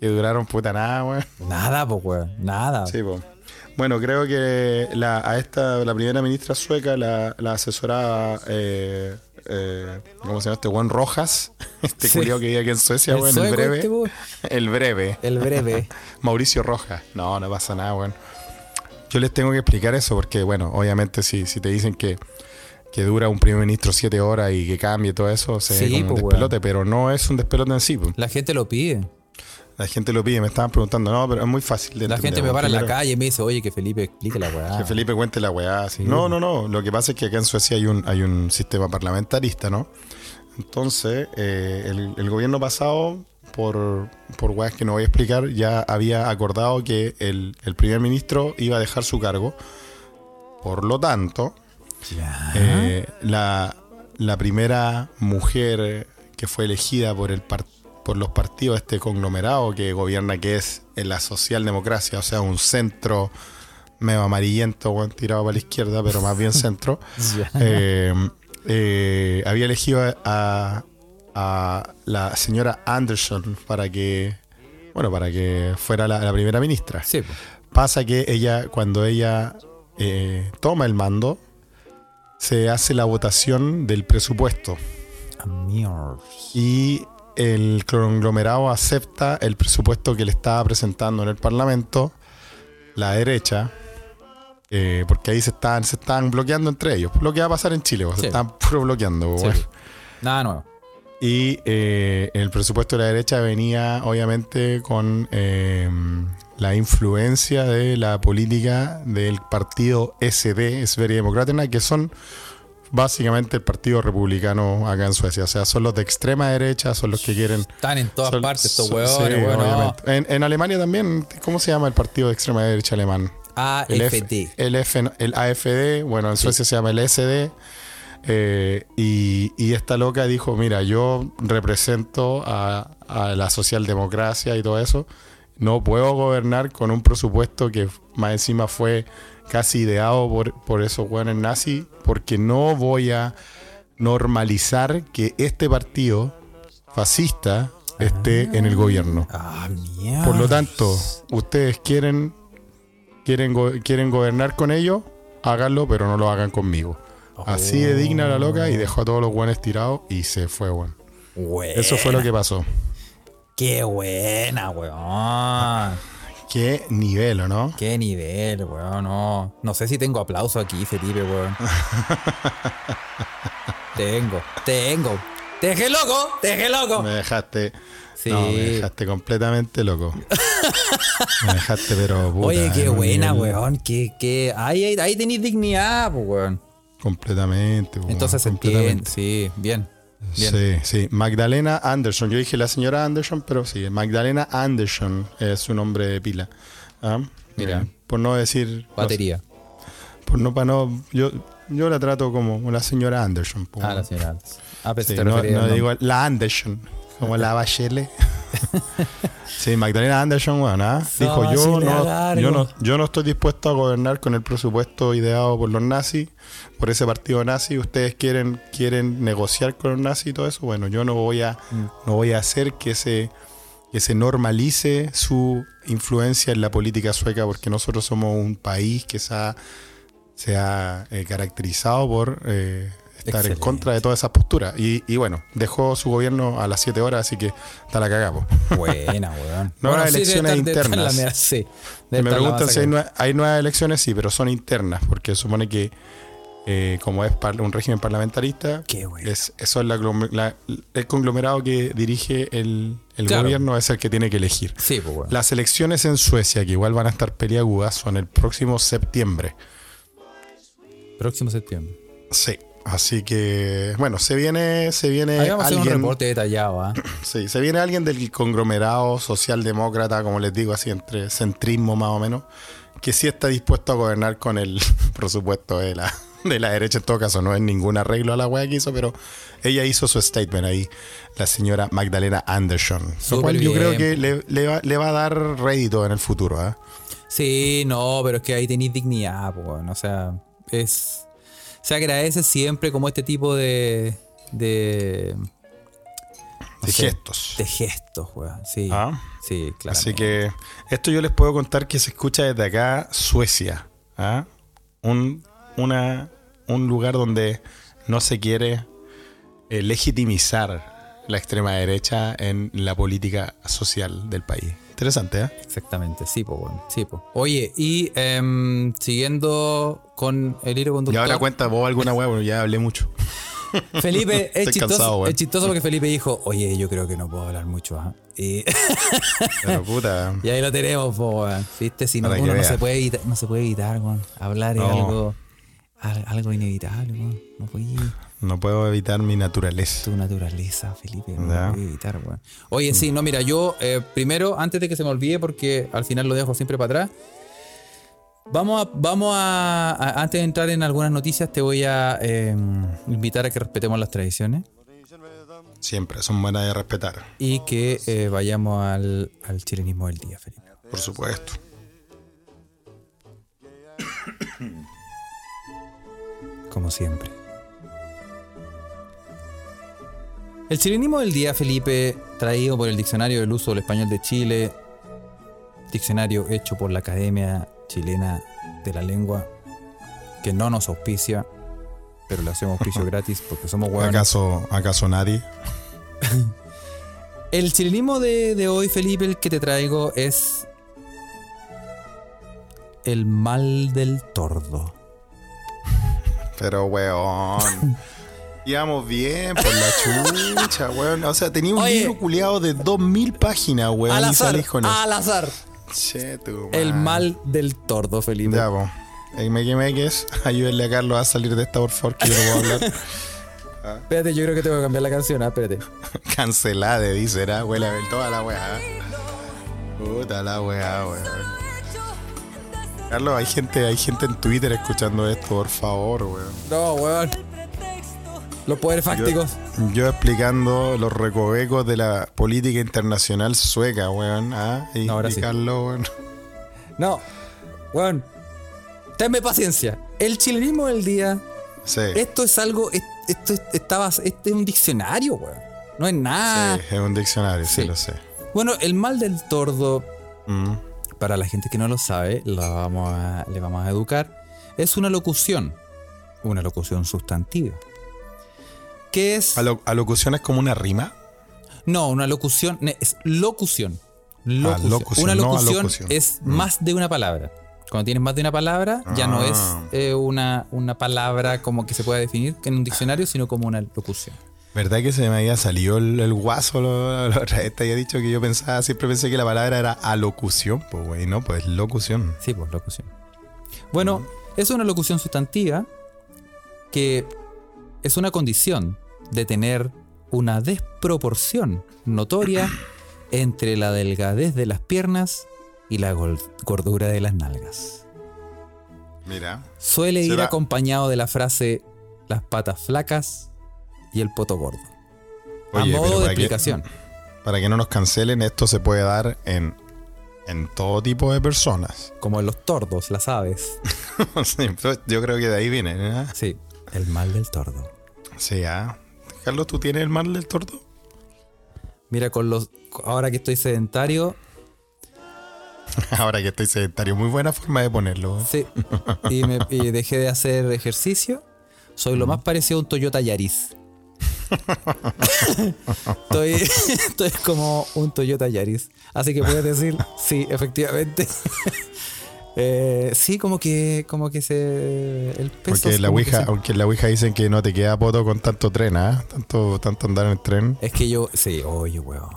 [SPEAKER 1] que duraron puta nada, weón.
[SPEAKER 2] Nada, pues, weón. Nada.
[SPEAKER 1] Sí, po. Bueno, creo que la, a esta, la primera ministra sueca, la, la asesora, eh, eh, ¿cómo se llama este? Juan Rojas, este
[SPEAKER 2] Sí.
[SPEAKER 1] culiao que vive aquí en Suecia,
[SPEAKER 2] El
[SPEAKER 1] weón, el
[SPEAKER 2] sueco
[SPEAKER 1] breve.
[SPEAKER 2] este, po.
[SPEAKER 1] el breve.
[SPEAKER 2] El breve.
[SPEAKER 1] Mauricio Rojas. No, no pasa nada, weón. Yo les tengo que explicar eso porque, bueno, obviamente si, si te dicen que, que dura un primer ministro siete horas y que cambie todo eso, se ve como
[SPEAKER 2] Sí,
[SPEAKER 1] un
[SPEAKER 2] pues, weón.
[SPEAKER 1] despelote, pero no es un despelote en sí. pues.
[SPEAKER 2] La gente lo pide.
[SPEAKER 1] La gente lo pide, me estaban preguntando, no, pero es muy fácil de
[SPEAKER 2] La
[SPEAKER 1] entender,
[SPEAKER 2] gente me
[SPEAKER 1] weón.
[SPEAKER 2] para en la
[SPEAKER 1] Primero,
[SPEAKER 2] calle y me dice, oye, que Felipe explique la weá.
[SPEAKER 1] Que Felipe cuente la weá. así. Ah. No, no, no. Lo que pasa es que acá en Suecia hay un, hay un sistema parlamentarista, ¿no? Entonces, eh, el, el gobierno pasado, por, por weas que no voy a explicar, ya había acordado que el, el primer ministro iba a dejar su cargo. Por lo tanto,
[SPEAKER 2] Ya.
[SPEAKER 1] eh, la, la primera mujer que fue elegida por el par- por los partidos, este conglomerado que gobierna, que es la socialdemocracia, o sea, un centro medio amarillento, weón, tirado para la izquierda, pero más bien centro,
[SPEAKER 2] Ya.
[SPEAKER 1] eh, eh, había elegido a, a la señora Anderson para que, bueno, para que fuera la, la primera ministra.
[SPEAKER 2] Sí, pues.
[SPEAKER 1] Pasa que ella, cuando ella eh, toma el mando, se hace la votación del presupuesto
[SPEAKER 2] Amiors.
[SPEAKER 1] y el conglomerado acepta el presupuesto que le estaba presentando en el Parlamento la derecha, eh, porque ahí se están, se están bloqueando entre ellos. Lo que va a pasar en Chile, pues,
[SPEAKER 2] Sí.
[SPEAKER 1] se están puro bloqueando.
[SPEAKER 2] Sí,
[SPEAKER 1] weón.
[SPEAKER 2] pues. Nada nuevo.
[SPEAKER 1] Y eh, el presupuesto de la derecha venía obviamente con eh, la influencia de la política del partido SD, Sverigedemokraterna, que son básicamente el partido republicano acá en Suecia. O sea, son los de extrema derecha, son los que quieren...
[SPEAKER 2] Están en todas
[SPEAKER 1] son-
[SPEAKER 2] partes estos
[SPEAKER 1] son-
[SPEAKER 2] weones,
[SPEAKER 1] sí,
[SPEAKER 2] weón. no.
[SPEAKER 1] obviamente. En, en Alemania también, ¿cómo se llama el partido de extrema derecha alemán? El, F-
[SPEAKER 2] AFD.
[SPEAKER 1] el, F- el AFD, bueno, en Suecia se llama el SD. eh, y, y esta loca dijo, mira, yo represento a, a la socialdemocracia y todo eso. No puedo gobernar con un presupuesto que más encima fue casi ideado por, por esos hueones nazis, porque no voy a normalizar que este partido fascista esté en el gobierno.
[SPEAKER 2] Ah, mierda.
[SPEAKER 1] Por lo tanto, ustedes quieren quieren go- quieren gobernar con ellos, háganlo, pero no lo hagan conmigo. Así de digna la loca y dejó a todos los buenos tirados y se fue, weón. Eso fue lo que pasó.
[SPEAKER 2] Qué buena, weón.
[SPEAKER 1] Qué nivel, ¿o no?
[SPEAKER 2] Qué nivel, weón. No, no sé si tengo aplauso aquí, Felipe, weón. tengo, tengo. Te dejé loco, te dejé loco.
[SPEAKER 1] Me dejaste.
[SPEAKER 2] Sí.
[SPEAKER 1] No, me dejaste completamente loco. me dejaste, pero. puta,
[SPEAKER 2] Oye, qué
[SPEAKER 1] en un
[SPEAKER 2] buena,
[SPEAKER 1] nivel
[SPEAKER 2] weón. Que, que... Ahí, ahí, ahí tenéis dignidad, pues, weón.
[SPEAKER 1] Completamente, weón,
[SPEAKER 2] Entonces se entiende,
[SPEAKER 1] completamente.
[SPEAKER 2] sí, bien.
[SPEAKER 1] Sí,
[SPEAKER 2] bien.
[SPEAKER 1] sí. Magdalena Anderson. Yo dije la señora Anderson, pero sí. Magdalena Anderson es su nombre de pila. Ah,
[SPEAKER 2] Mira.
[SPEAKER 1] eh, Por no decir. no
[SPEAKER 2] Batería.
[SPEAKER 1] sé, por no, para no. Yo, yo la trato como la señora Anderson. po,
[SPEAKER 2] Ah, la
[SPEAKER 1] weón.
[SPEAKER 2] señora Anderson. Ah, pensé
[SPEAKER 1] Sí,
[SPEAKER 2] que te
[SPEAKER 1] no,
[SPEAKER 2] referías
[SPEAKER 1] no
[SPEAKER 2] al
[SPEAKER 1] digo la Anderson, como la Bachelet. sí, Magdalena Anderson, weón, ¿ah? dijo yo
[SPEAKER 2] Bachelet
[SPEAKER 1] no,
[SPEAKER 2] Alargo".
[SPEAKER 1] yo, no, yo no estoy dispuesto a gobernar con el presupuesto ideado por los nazis, por ese partido nazi, ustedes quieren, quieren negociar con los nazis y todo eso, bueno, yo no voy a, no voy a hacer que se, que se normalice su influencia en la política sueca, porque nosotros somos un país que se ha, se ha, eh, caracterizado por eh, estar en
[SPEAKER 2] Excelente.
[SPEAKER 1] contra de todas esas posturas. Y, y bueno, dejó su gobierno a las 7 horas, así que está la cagamos.
[SPEAKER 2] nombre. Buena, weón.
[SPEAKER 1] No,
[SPEAKER 2] Bueno,
[SPEAKER 1] las
[SPEAKER 2] sí, debe
[SPEAKER 1] elecciones
[SPEAKER 2] estar- debe estar en la
[SPEAKER 1] internas.
[SPEAKER 2] mea- sí,
[SPEAKER 1] Me
[SPEAKER 2] debe estar en la
[SPEAKER 1] preguntan si hay,
[SPEAKER 2] masacre.
[SPEAKER 1] nue- hay nuevas elecciones, sí, pero son internas, porque supone que eh, como es par- un régimen parlamentarista,
[SPEAKER 2] Qué bueno.
[SPEAKER 1] es, eso es la glom- la- el conglomerado que dirige el, el
[SPEAKER 2] Claro.
[SPEAKER 1] gobierno, es el que tiene que elegir.
[SPEAKER 2] Sí, pues, weón.
[SPEAKER 1] Las elecciones en Suecia, que igual van a estar peliagudas, son el próximo septiembre.
[SPEAKER 2] Próximo septiembre.
[SPEAKER 1] Sí. Así que, bueno, se viene, se viene
[SPEAKER 2] Ahí vamos a hacer
[SPEAKER 1] Eh,
[SPEAKER 2] un
[SPEAKER 1] alguien,
[SPEAKER 2] reporte detallado, ¿ah?
[SPEAKER 1] sí, se viene alguien del conglomerado socialdemócrata, como les digo, así entre centrismo más o menos, que sí está dispuesto a gobernar con el presupuesto de la, de la derecha en todo caso. No es ningún arreglo a la wea que hizo, pero ella hizo su statement ahí, la señora Magdalena Anderson. Lo
[SPEAKER 2] Súper
[SPEAKER 1] cual yo
[SPEAKER 2] bien.
[SPEAKER 1] creo que le, le va, le va a dar rédito en el futuro, ¿ah?
[SPEAKER 2] Sí, no, pero es que ahí tenéis dignidad, po, weón. O sea, es. Se agradece siempre como este tipo de. de.
[SPEAKER 1] De
[SPEAKER 2] sé.
[SPEAKER 1] gestos.
[SPEAKER 2] de gestos, weón. Sí.
[SPEAKER 1] Ah.
[SPEAKER 2] Sí, claro.
[SPEAKER 1] Así que esto yo les puedo contar que se escucha desde acá, Suecia. ¿ah? Un, una- un lugar donde no se quiere eh, legitimizar la extrema derecha en la política social del país. Interesante, ¿eh?
[SPEAKER 2] Exactamente, sí, po, weón. Sí, po. Oye, y em, siguiendo con el hilo
[SPEAKER 1] Y
[SPEAKER 2] conductor.
[SPEAKER 1] ahora cuenta vos alguna hueá, porque ya hablé mucho.
[SPEAKER 2] Felipe, es
[SPEAKER 1] Estoy
[SPEAKER 2] chistoso,
[SPEAKER 1] cansado, weón.
[SPEAKER 2] es chistoso porque Felipe dijo, oye, yo creo que no puedo hablar mucho, ¿ah? Y,
[SPEAKER 1] Pero puta.
[SPEAKER 2] y ahí lo tenemos, po, weón. Viste, si no,
[SPEAKER 1] Para que
[SPEAKER 2] uno no
[SPEAKER 1] vea.
[SPEAKER 2] se puede evitar, no se puede evitar, weón. Hablar es
[SPEAKER 1] No.
[SPEAKER 2] algo, al- algo inevitable, weón. No puede.
[SPEAKER 1] No puedo evitar mi naturaleza.
[SPEAKER 2] tu naturaleza, Felipe. No
[SPEAKER 1] Ya.
[SPEAKER 2] lo voy a evitar, weón. Oye, sí, no, mira, yo eh, primero, antes de que se me olvide, porque al final lo dejo siempre para atrás. Vamos a, vamos a, a- antes de entrar en algunas noticias, te voy a eh, invitar a que respetemos las tradiciones
[SPEAKER 1] Siempre, son buenas de respetar,
[SPEAKER 2] y que eh, vayamos al, al chilenismo del día, Felipe.
[SPEAKER 1] por supuesto.
[SPEAKER 2] como siempre. El chilenismo del día, Felipe, traído por el Diccionario del Uso del Español de Chile, diccionario hecho por la Academia Chilena de la Lengua, que no nos auspicia, pero le hacemos auspicio gratis porque somos huevones.
[SPEAKER 1] ¿Acaso, ¿Acaso nadie?
[SPEAKER 2] El chilenismo de, de hoy, Felipe, el que te traigo es el mal del tordo.
[SPEAKER 1] Pero, weón. Íbamos bien por la chucha, weón. O sea, tenía un
[SPEAKER 2] Oye.
[SPEAKER 1] libro culiado de 2000 páginas, weón.
[SPEAKER 2] Al
[SPEAKER 1] y
[SPEAKER 2] azar,
[SPEAKER 1] salís con eso.
[SPEAKER 2] al azar.
[SPEAKER 1] Che, tu
[SPEAKER 2] El
[SPEAKER 1] madre.
[SPEAKER 2] mal del tordo, Felipe.
[SPEAKER 1] Ya, po. Ey, Meque Meques, ayúdenle a Carlos a salir de esta, por favor, que yo no puedo hablar.
[SPEAKER 2] Espérate, yo creo que tengo que cambiar la canción, ah, espérate.
[SPEAKER 1] Cancelade, dice, era, abuela, ver toda la weá. Puta la weá, weón. Carlos, hay gente, hay gente en Twitter escuchando esto, por favor, weón.
[SPEAKER 2] No, weón. Los poderes fácticos.
[SPEAKER 1] Yo explicando los recovecos de la política internacional sueca, weón. ¿ah? Y,
[SPEAKER 2] Ahora sí.
[SPEAKER 1] y Carlos, weón.
[SPEAKER 2] No. Weón. Tenme paciencia. El chilenismo del día.
[SPEAKER 1] Sí,
[SPEAKER 2] Esto es algo. es- Esto es- estaba. Este es un diccionario, weón. No es nada.
[SPEAKER 1] sí, eh, es un diccionario, sí,
[SPEAKER 2] Sí.
[SPEAKER 1] lo sé.
[SPEAKER 2] Bueno, el mal del tordo,
[SPEAKER 1] Mm.
[SPEAKER 2] para la gente que no lo sabe, la vamos a- le vamos a educar. Es una locución. Una locución sustantiva. ¿Qué es?
[SPEAKER 1] Alo- ¿Alocución es como una rima?
[SPEAKER 2] No, una locución ne- es locución. Locución.
[SPEAKER 1] Ah, locución,
[SPEAKER 2] una
[SPEAKER 1] no
[SPEAKER 2] locución
[SPEAKER 1] alocución.
[SPEAKER 2] es
[SPEAKER 1] Mm.
[SPEAKER 2] más de una palabra. Cuando tienes más de una palabra, ya no es
[SPEAKER 1] Ah.
[SPEAKER 2] eh, una, una palabra como que se pueda definir en un diccionario, sino como una locución.
[SPEAKER 1] ¿Verdad que se me había salido el, el guaso lo- la otra vez? Te había dicho que yo pensaba, siempre pensé que la palabra era alocución, pues, güey. No, pues locución.
[SPEAKER 2] Sí, pues locución. Bueno,
[SPEAKER 1] Mm.
[SPEAKER 2] es una locución sustantiva que es una condición de tener una desproporción notoria entre la delgadez de las piernas y la gol- gordura de las nalgas.
[SPEAKER 1] Mira.
[SPEAKER 2] Suele ir
[SPEAKER 1] Será-
[SPEAKER 2] acompañado de la frase las patas flacas y el poto gordo.
[SPEAKER 1] Oye,
[SPEAKER 2] a
[SPEAKER 1] pero
[SPEAKER 2] modo de
[SPEAKER 1] para que-
[SPEAKER 2] explicación.
[SPEAKER 1] para que no nos cancelen, esto se puede dar en, en todo tipo de personas.
[SPEAKER 2] Como en los tordos, las aves.
[SPEAKER 1] Sí, pero yo creo que de ahí viene, ¿eh?
[SPEAKER 2] Sí, el mal del tordo.
[SPEAKER 1] Sí, ah. Carlos, ¿tú tienes el mal del tordo?
[SPEAKER 2] Mira, con los ahora que estoy sedentario,
[SPEAKER 1] Ahora que estoy sedentario, muy buena forma de ponerlo. ¿eh?
[SPEAKER 2] Sí. Y, me- y dejé de hacer ejercicio. Soy lo más parecido a un Toyota Yaris. estoy, estoy como un Toyota Yaris. Así que puedes decir, sí, efectivamente. Eh, sí, como que, como que se. El peso.
[SPEAKER 1] Porque en la
[SPEAKER 2] como que
[SPEAKER 1] ouija,
[SPEAKER 2] se-
[SPEAKER 1] aunque en la ouija dicen que no te queda poto con tanto tren, ¿ah? Tanto, tanto andar en el tren.
[SPEAKER 2] Es que yo. Sí, oye, weón.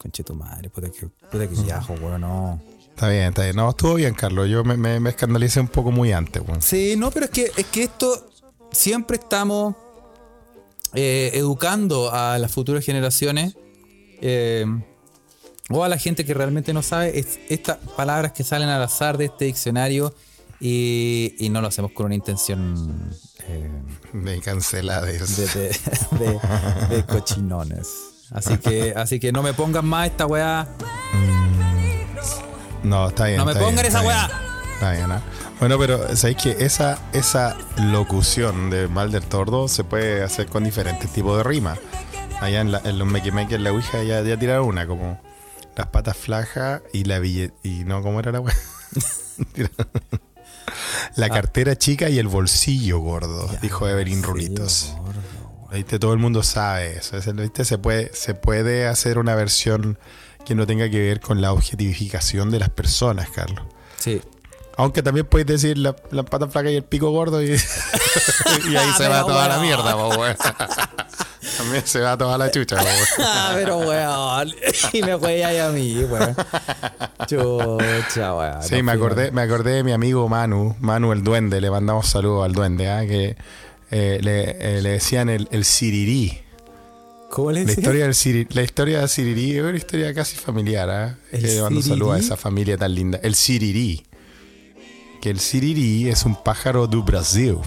[SPEAKER 2] Conche tu madre, puta que, puta que viajo, weón, no.
[SPEAKER 1] Está bien, está bien. No, estuvo bien, Carlos. Yo me, me, me escandalicé un poco muy antes, weón.
[SPEAKER 2] Sí, no, pero es que, es que esto siempre estamos eh, educando a las futuras generaciones eh, o a la gente que realmente no sabe es- estas palabras que salen al azar de este diccionario y, y no lo hacemos con una intención eh,
[SPEAKER 1] Me cancelades.
[SPEAKER 2] de, de- de- de cochinones. Así que, así que no me pongan más esta weá.
[SPEAKER 1] No, está bien.
[SPEAKER 2] No me
[SPEAKER 1] está bien,
[SPEAKER 2] pongan esa
[SPEAKER 1] está
[SPEAKER 2] weá.
[SPEAKER 1] bien. Está bien, ah. Bueno, pero sabéis que esa, esa locución de mal del tordo se puede hacer con diferentes tipos de rimas. Allá en, la- en los Mequimeques, en la Ouija, ya, ya tiraron una, como las patas flajas y la billet... Y no, ¿cómo era la weá? Tiraron-
[SPEAKER 2] Ah.
[SPEAKER 1] la cartera chica y el bolsillo gordo, dijo Evelyn Rulitos. ¿Viste? Todo el mundo sabe eso. Es el- ¿Viste? Se, puede, se puede hacer una versión que no tenga que ver con la objetificación de las personas, Carlos.
[SPEAKER 2] Sí.
[SPEAKER 1] Aunque también puedes decir la, la pata flaca y el pico gordo y, y ahí se va
[SPEAKER 2] Pero
[SPEAKER 1] toda la
[SPEAKER 2] bueno.
[SPEAKER 1] mierda, po, weón. También se va toda la chucha, po, weón.
[SPEAKER 2] Ah, pero weón. Y me fue ahí a mí, weón. Chucha, weón.
[SPEAKER 1] Sí, me acordé, me acordé de mi amigo Manu, Manu el Duende, le mandamos saludos al Duende, ¿ah? que eh, le, eh, le decían el, el sirirí.
[SPEAKER 2] ¿Cómo le
[SPEAKER 1] La
[SPEAKER 2] decía?
[SPEAKER 1] historia, del Siri- la historia de Sirirí es una historia casi familiar. ¿ah?
[SPEAKER 2] ¿El
[SPEAKER 1] Que Le mando
[SPEAKER 2] Sirirí?
[SPEAKER 1] saludos a esa familia tan linda. El Sirirí. Que el Sirirí es un pájaro do Brasil.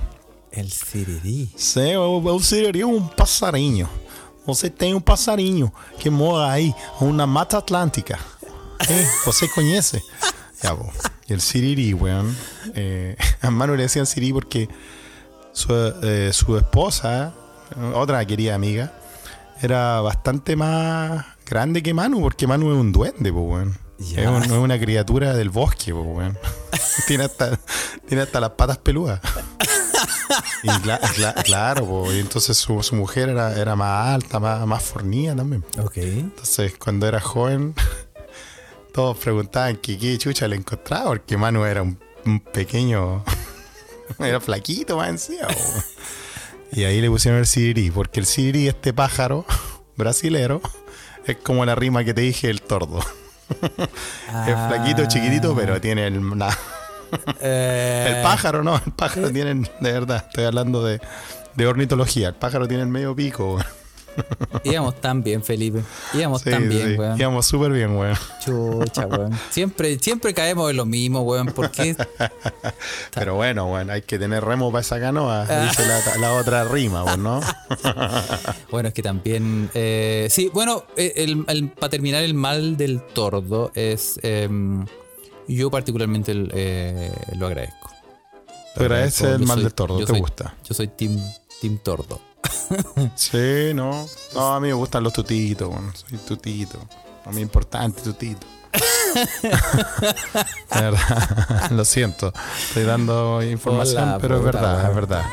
[SPEAKER 2] El Siriri.
[SPEAKER 1] Sí, o- o o Sirirí es un passarinho. Você tem um passarinho que mora aí, na mata atlântica. É, você conhece? Eh, Ya, po. Y el Siriri, weón. eh, a Manu le decían Siriri porque su, eh, su esposa, otra querida amiga, era bastante más grande que Manu, porque Manu es un duende, po, weón.
[SPEAKER 2] Ya.
[SPEAKER 1] Es, un- es una criatura del bosque, po, weón. tiene, hasta, tiene hasta las patas peludas. Y cla- cla- claro, po, y entonces su, su mujer era, era más alta, más, más fornida también.
[SPEAKER 2] Ok.
[SPEAKER 1] Entonces, cuando era joven, todos preguntaban que qué chucha le encontraba, porque Manu era un, un pequeño. era flaquito más encima. po. Y ahí le pusieron el sirirí, porque el sirirí, este pájaro brasilero, es como la rima que te dije, el tordo. Es
[SPEAKER 2] Ah.
[SPEAKER 1] flaquito, chiquitito, pero tiene el, la-
[SPEAKER 2] Eh,
[SPEAKER 1] el pájaro, ¿no? El pájaro tiene, el- de verdad, estoy hablando de, de ornitología. El pájaro tiene el medio pico, weón.
[SPEAKER 2] Íbamos tan bien, Felipe. Íbamos
[SPEAKER 1] Sí,
[SPEAKER 2] tan bien,
[SPEAKER 1] sí.
[SPEAKER 2] weón.
[SPEAKER 1] Íbamos súper bien, weón.
[SPEAKER 2] Chucha, weón. Siempre, siempre caemos en lo mismo, weón. ¿Por qué?
[SPEAKER 1] Pero bueno, bueno, hay que tener remo para esa canoa,
[SPEAKER 2] Ah.
[SPEAKER 1] dice la, la otra rima, pues, ¿no?
[SPEAKER 2] Bueno, es que también. eh, sí, bueno, eh, el, para terminar, el mal del tordo es. em, yo particularmente el, eh, lo agradezco.
[SPEAKER 1] Pero ese
[SPEAKER 2] agradezco,
[SPEAKER 1] es el
[SPEAKER 2] yo
[SPEAKER 1] mal
[SPEAKER 2] soy-
[SPEAKER 1] del tordo,
[SPEAKER 2] yo
[SPEAKER 1] ¿te
[SPEAKER 2] soy-
[SPEAKER 1] gusta?
[SPEAKER 2] Yo soy Team, team Tordo.
[SPEAKER 1] Sí, no. No, a mí me gustan los tutitos, weón. Soy tutito. A mí importante, tutito. De verdad, lo siento. Estoy dando información,
[SPEAKER 2] Hola,
[SPEAKER 1] pero es
[SPEAKER 2] puta,
[SPEAKER 1] verdad,
[SPEAKER 2] weón.
[SPEAKER 1] es verdad.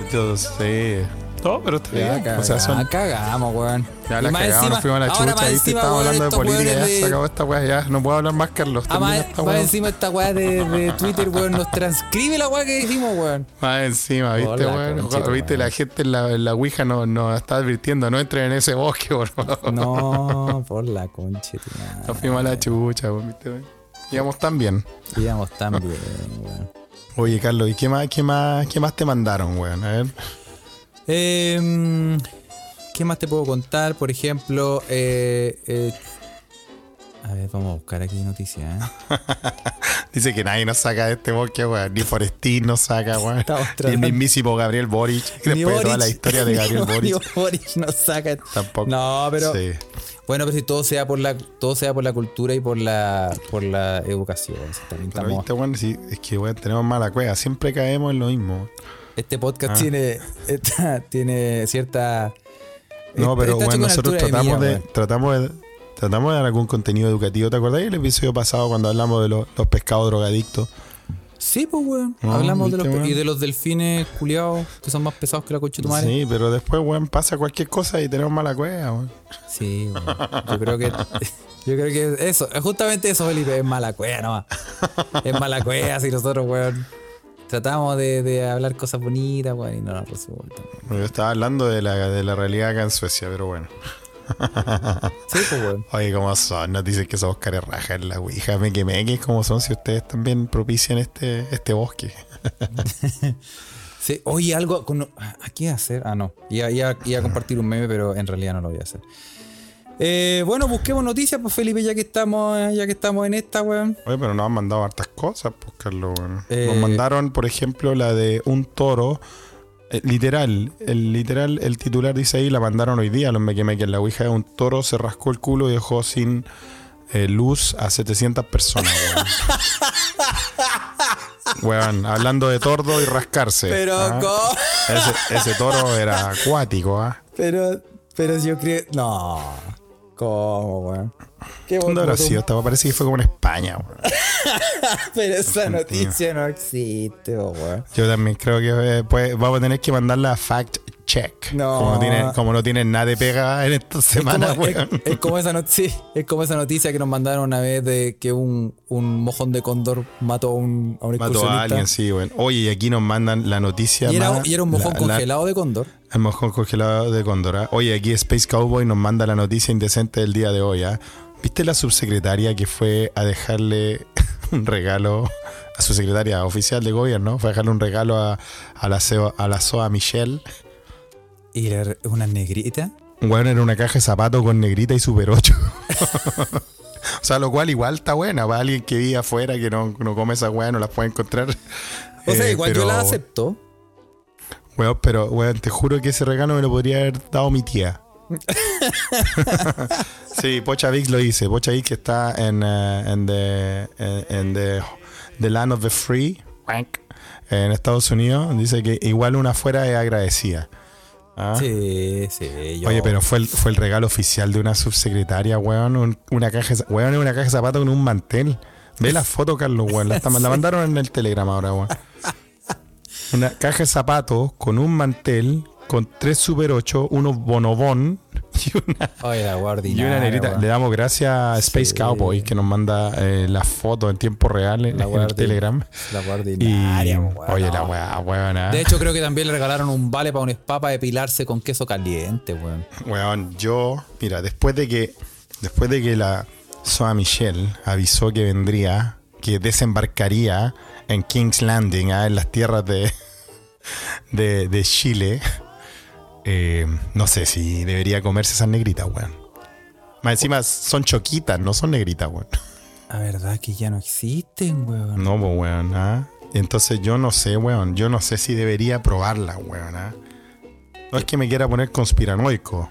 [SPEAKER 1] Entonces, sí. No, pero está bien.
[SPEAKER 2] Ya
[SPEAKER 1] o sea, son-
[SPEAKER 2] cagamos, weón.
[SPEAKER 1] Ya
[SPEAKER 2] Y
[SPEAKER 1] la
[SPEAKER 2] más
[SPEAKER 1] cagamos,
[SPEAKER 2] encima-
[SPEAKER 1] nos fuimos a la
[SPEAKER 2] ahora más
[SPEAKER 1] chucha, ¿viste?
[SPEAKER 2] encima,
[SPEAKER 1] Estábamos
[SPEAKER 2] weón,
[SPEAKER 1] hablando de
[SPEAKER 2] estos
[SPEAKER 1] política, ya
[SPEAKER 2] weones de-
[SPEAKER 1] se acabó esta weá, ya. No puedo hablar más, Carlos.
[SPEAKER 2] Ah,
[SPEAKER 1] Termina
[SPEAKER 2] más,
[SPEAKER 1] esta
[SPEAKER 2] más
[SPEAKER 1] weá.
[SPEAKER 2] encima esta weá de, de Twitter, weón, nos transcribe la weá que dijimos, weón.
[SPEAKER 1] Más encima, ¿viste,
[SPEAKER 2] Hola,
[SPEAKER 1] weón?
[SPEAKER 2] conchito,
[SPEAKER 1] Ojo, ¿Viste?
[SPEAKER 2] weón.
[SPEAKER 1] La gente en la, en la Ouija nos no está advirtiendo, no entren en ese bosque, por favor.
[SPEAKER 2] No, por la concha, tu madre.
[SPEAKER 1] Nos fuimos a la chucha, weón, ¿viste? weón? Íbamos tan bien.
[SPEAKER 2] Íbamos tan bien, weón.
[SPEAKER 1] Oye, Carlos, ¿y qué más, qué más, qué más te mandaron, weón? A ver.
[SPEAKER 2] Em, ¿Qué más te puedo contar? Por ejemplo, eh, eh, a ver, vamos a buscar aquí noticias. ¿eh?
[SPEAKER 1] Dice que nadie nos saca de este bosque, weón. Ni Forestín nos saca, weón.
[SPEAKER 2] Estamos
[SPEAKER 1] Ni el
[SPEAKER 2] tratando-
[SPEAKER 1] mismísimo Gabriel Boric. Después
[SPEAKER 2] Ni
[SPEAKER 1] de toda
[SPEAKER 2] Boric-
[SPEAKER 1] la historia de Gabriel
[SPEAKER 2] ni- ni
[SPEAKER 1] Boric.
[SPEAKER 2] Boric nos saca.
[SPEAKER 1] Tampoco.
[SPEAKER 2] No, pero
[SPEAKER 1] Sí.
[SPEAKER 2] bueno, pero si todo sea por la todo sea por la cultura y por la por la educación. si también
[SPEAKER 1] Pero
[SPEAKER 2] estamos-
[SPEAKER 1] viste, weón, sí, es que, weón, tenemos mala cueva. Siempre caemos en lo mismo.
[SPEAKER 2] este podcast
[SPEAKER 1] Ah.
[SPEAKER 2] tiene esta- tiene cierta
[SPEAKER 1] No, pero
[SPEAKER 2] está- está hecho
[SPEAKER 1] bueno,
[SPEAKER 2] con
[SPEAKER 1] nosotros
[SPEAKER 2] altura de
[SPEAKER 1] tratamos
[SPEAKER 2] milla,
[SPEAKER 1] de,
[SPEAKER 2] weón.
[SPEAKER 1] tratamos de tratamos de dar algún contenido educativo. ¿Te acordás del episodio pasado cuando hablamos de los, los pescados drogadictos?
[SPEAKER 2] Sí, pues weón.
[SPEAKER 1] No,
[SPEAKER 2] Hablamos de
[SPEAKER 1] Ah, viste,
[SPEAKER 2] los pe-
[SPEAKER 1] weón.
[SPEAKER 2] y de los delfines culiados que son más pesados que la concha de tu madre.
[SPEAKER 1] Sí, pero después, weón, pasa cualquier cosa y tenemos mala cueva, weón.
[SPEAKER 2] Sí, weón. yo creo que yo creo que eso, justamente eso, Felipe, es mala cueva nomás. Es mala cueva si nosotros, weón, tratamos de, de hablar cosas bonitas, weón, y no nos resulta.
[SPEAKER 1] Yo estaba hablando de la, de la realidad acá en Suecia, pero bueno.
[SPEAKER 2] Sí, pues weón.
[SPEAKER 1] Oye, ¿cómo son? Nos dicen que somos caras rajas en la Ouija. Me quemé, que es como son si ustedes también propician este, este bosque.
[SPEAKER 2] Sí, oye, algo con ¿a qué hacer? Ah, no. Iba, iba- iba a compartir un meme, pero en realidad no lo voy a hacer. Eh, bueno, busquemos noticias, pues Felipe, ya que estamos, eh, ya que estamos en esta, weón.
[SPEAKER 1] Oye, pero nos han mandado hartas cosas, pues, Carlos. weón.
[SPEAKER 2] Eh.
[SPEAKER 1] Nos mandaron, por ejemplo, la de un toro. eh, literal, el literal, el titular dice ahí, la mandaron hoy día, los mequemeques en la Ouija. Un toro se rascó el culo y dejó sin eh, luz a 700 personas, weón. Weón, hablando de tordo y rascarse.
[SPEAKER 2] Pero
[SPEAKER 1] ¿ah?
[SPEAKER 2] co-
[SPEAKER 1] ese, ese toro era acuático, ¿ah?
[SPEAKER 2] Pero, pero yo creo. No. ¿Cómo, weón? Qué
[SPEAKER 1] ¿Dónde habrá
[SPEAKER 2] como tú-
[SPEAKER 1] sido? Esta? Parece que fue como en España, weón.
[SPEAKER 2] Pero esa
[SPEAKER 1] Argentina.
[SPEAKER 2] noticia no existe, po, weón.
[SPEAKER 1] Yo también creo que eh, pues, vamos a tener que mandarla a fact check.
[SPEAKER 2] No.
[SPEAKER 1] Como, tiene- como no tienen nada de pega en esta semana,
[SPEAKER 2] es, como,
[SPEAKER 1] weón.
[SPEAKER 2] es- es como esa not- sí, es como esa noticia que nos mandaron una vez de que un, un mojón de cóndor mató a un, a un
[SPEAKER 1] Mató a
[SPEAKER 2] excursionista.
[SPEAKER 1] alguien, sí, weón. Oye, y aquí nos mandan la noticia.
[SPEAKER 2] y, era,
[SPEAKER 1] más-
[SPEAKER 2] y era un mojón
[SPEAKER 1] la- la-
[SPEAKER 2] congelado de cóndor.
[SPEAKER 1] el mojón congelado de Cóndor. ¿ah? Oye, aquí Space Cowboy nos manda la noticia indecente del día de hoy. ¿ah? ¿Viste la subsecretaria que fue a dejarle un regalo a su secretaria oficial de gobierno? Fue a dejarle un regalo a, a la, CEO a la SOA Michelle.
[SPEAKER 2] Y era una negrita.
[SPEAKER 1] Bueno, era una caja de zapatos con negrita y super 8. o sea, lo cual igual está buena. Para alguien que vive afuera, que no, no come esa weá, no las puede encontrar.
[SPEAKER 2] O sea,
[SPEAKER 1] Eh,
[SPEAKER 2] igual yo
[SPEAKER 1] pero-
[SPEAKER 2] la acepto.
[SPEAKER 1] Weón, pero weón, te juro que ese regalo me lo podría haber dado mi tía. sí, Pocha Vic lo dice. Pocha Vic que está en, eh, en, the, en, en the, the Land of the Free, wank, en Estados Unidos, dice que igual una afuera es agradecida. Ah.
[SPEAKER 2] Sí, sí. yo-
[SPEAKER 1] Oye, pero fue el, fue el regalo oficial de una subsecretaria, weón. un- una caja, de za- weón, es una caja de zapatos con un mantel. Ve la foto, Carlos, weón. La, está- la mandaron en el Telegram ahora, weón. Una caja de zapatos con un mantel, con tres Super 8, unos bonobón y una,
[SPEAKER 2] Oye, la guardia.
[SPEAKER 1] y una negrita. Le damos gracias a Space
[SPEAKER 2] Sí.
[SPEAKER 1] Cowboy que nos manda eh, la foto en tiempo real en,
[SPEAKER 2] La
[SPEAKER 1] en
[SPEAKER 2] weá
[SPEAKER 1] el Telegram.
[SPEAKER 2] La guardia.
[SPEAKER 1] Y, oye, la weá, weón. ah.
[SPEAKER 2] De hecho, creo que también le regalaron un vale para un spa para depilarse con queso caliente, weón.
[SPEAKER 1] Weón, yo, mira, después de que después de que la Soa Michelle avisó que vendría, que desembarcaría en King's Landing, ah, en las tierras de, de, de Chile, eh, no sé si debería comerse esas negritas, weón. Más encima son choquitas, no son negritas, weón.
[SPEAKER 2] La verdad que ya no existen, weón.
[SPEAKER 1] No, pues, weón, ah. Entonces yo no sé, weón. Yo no sé si debería probarla, weón, ah. No es que me quiera poner conspiranoico,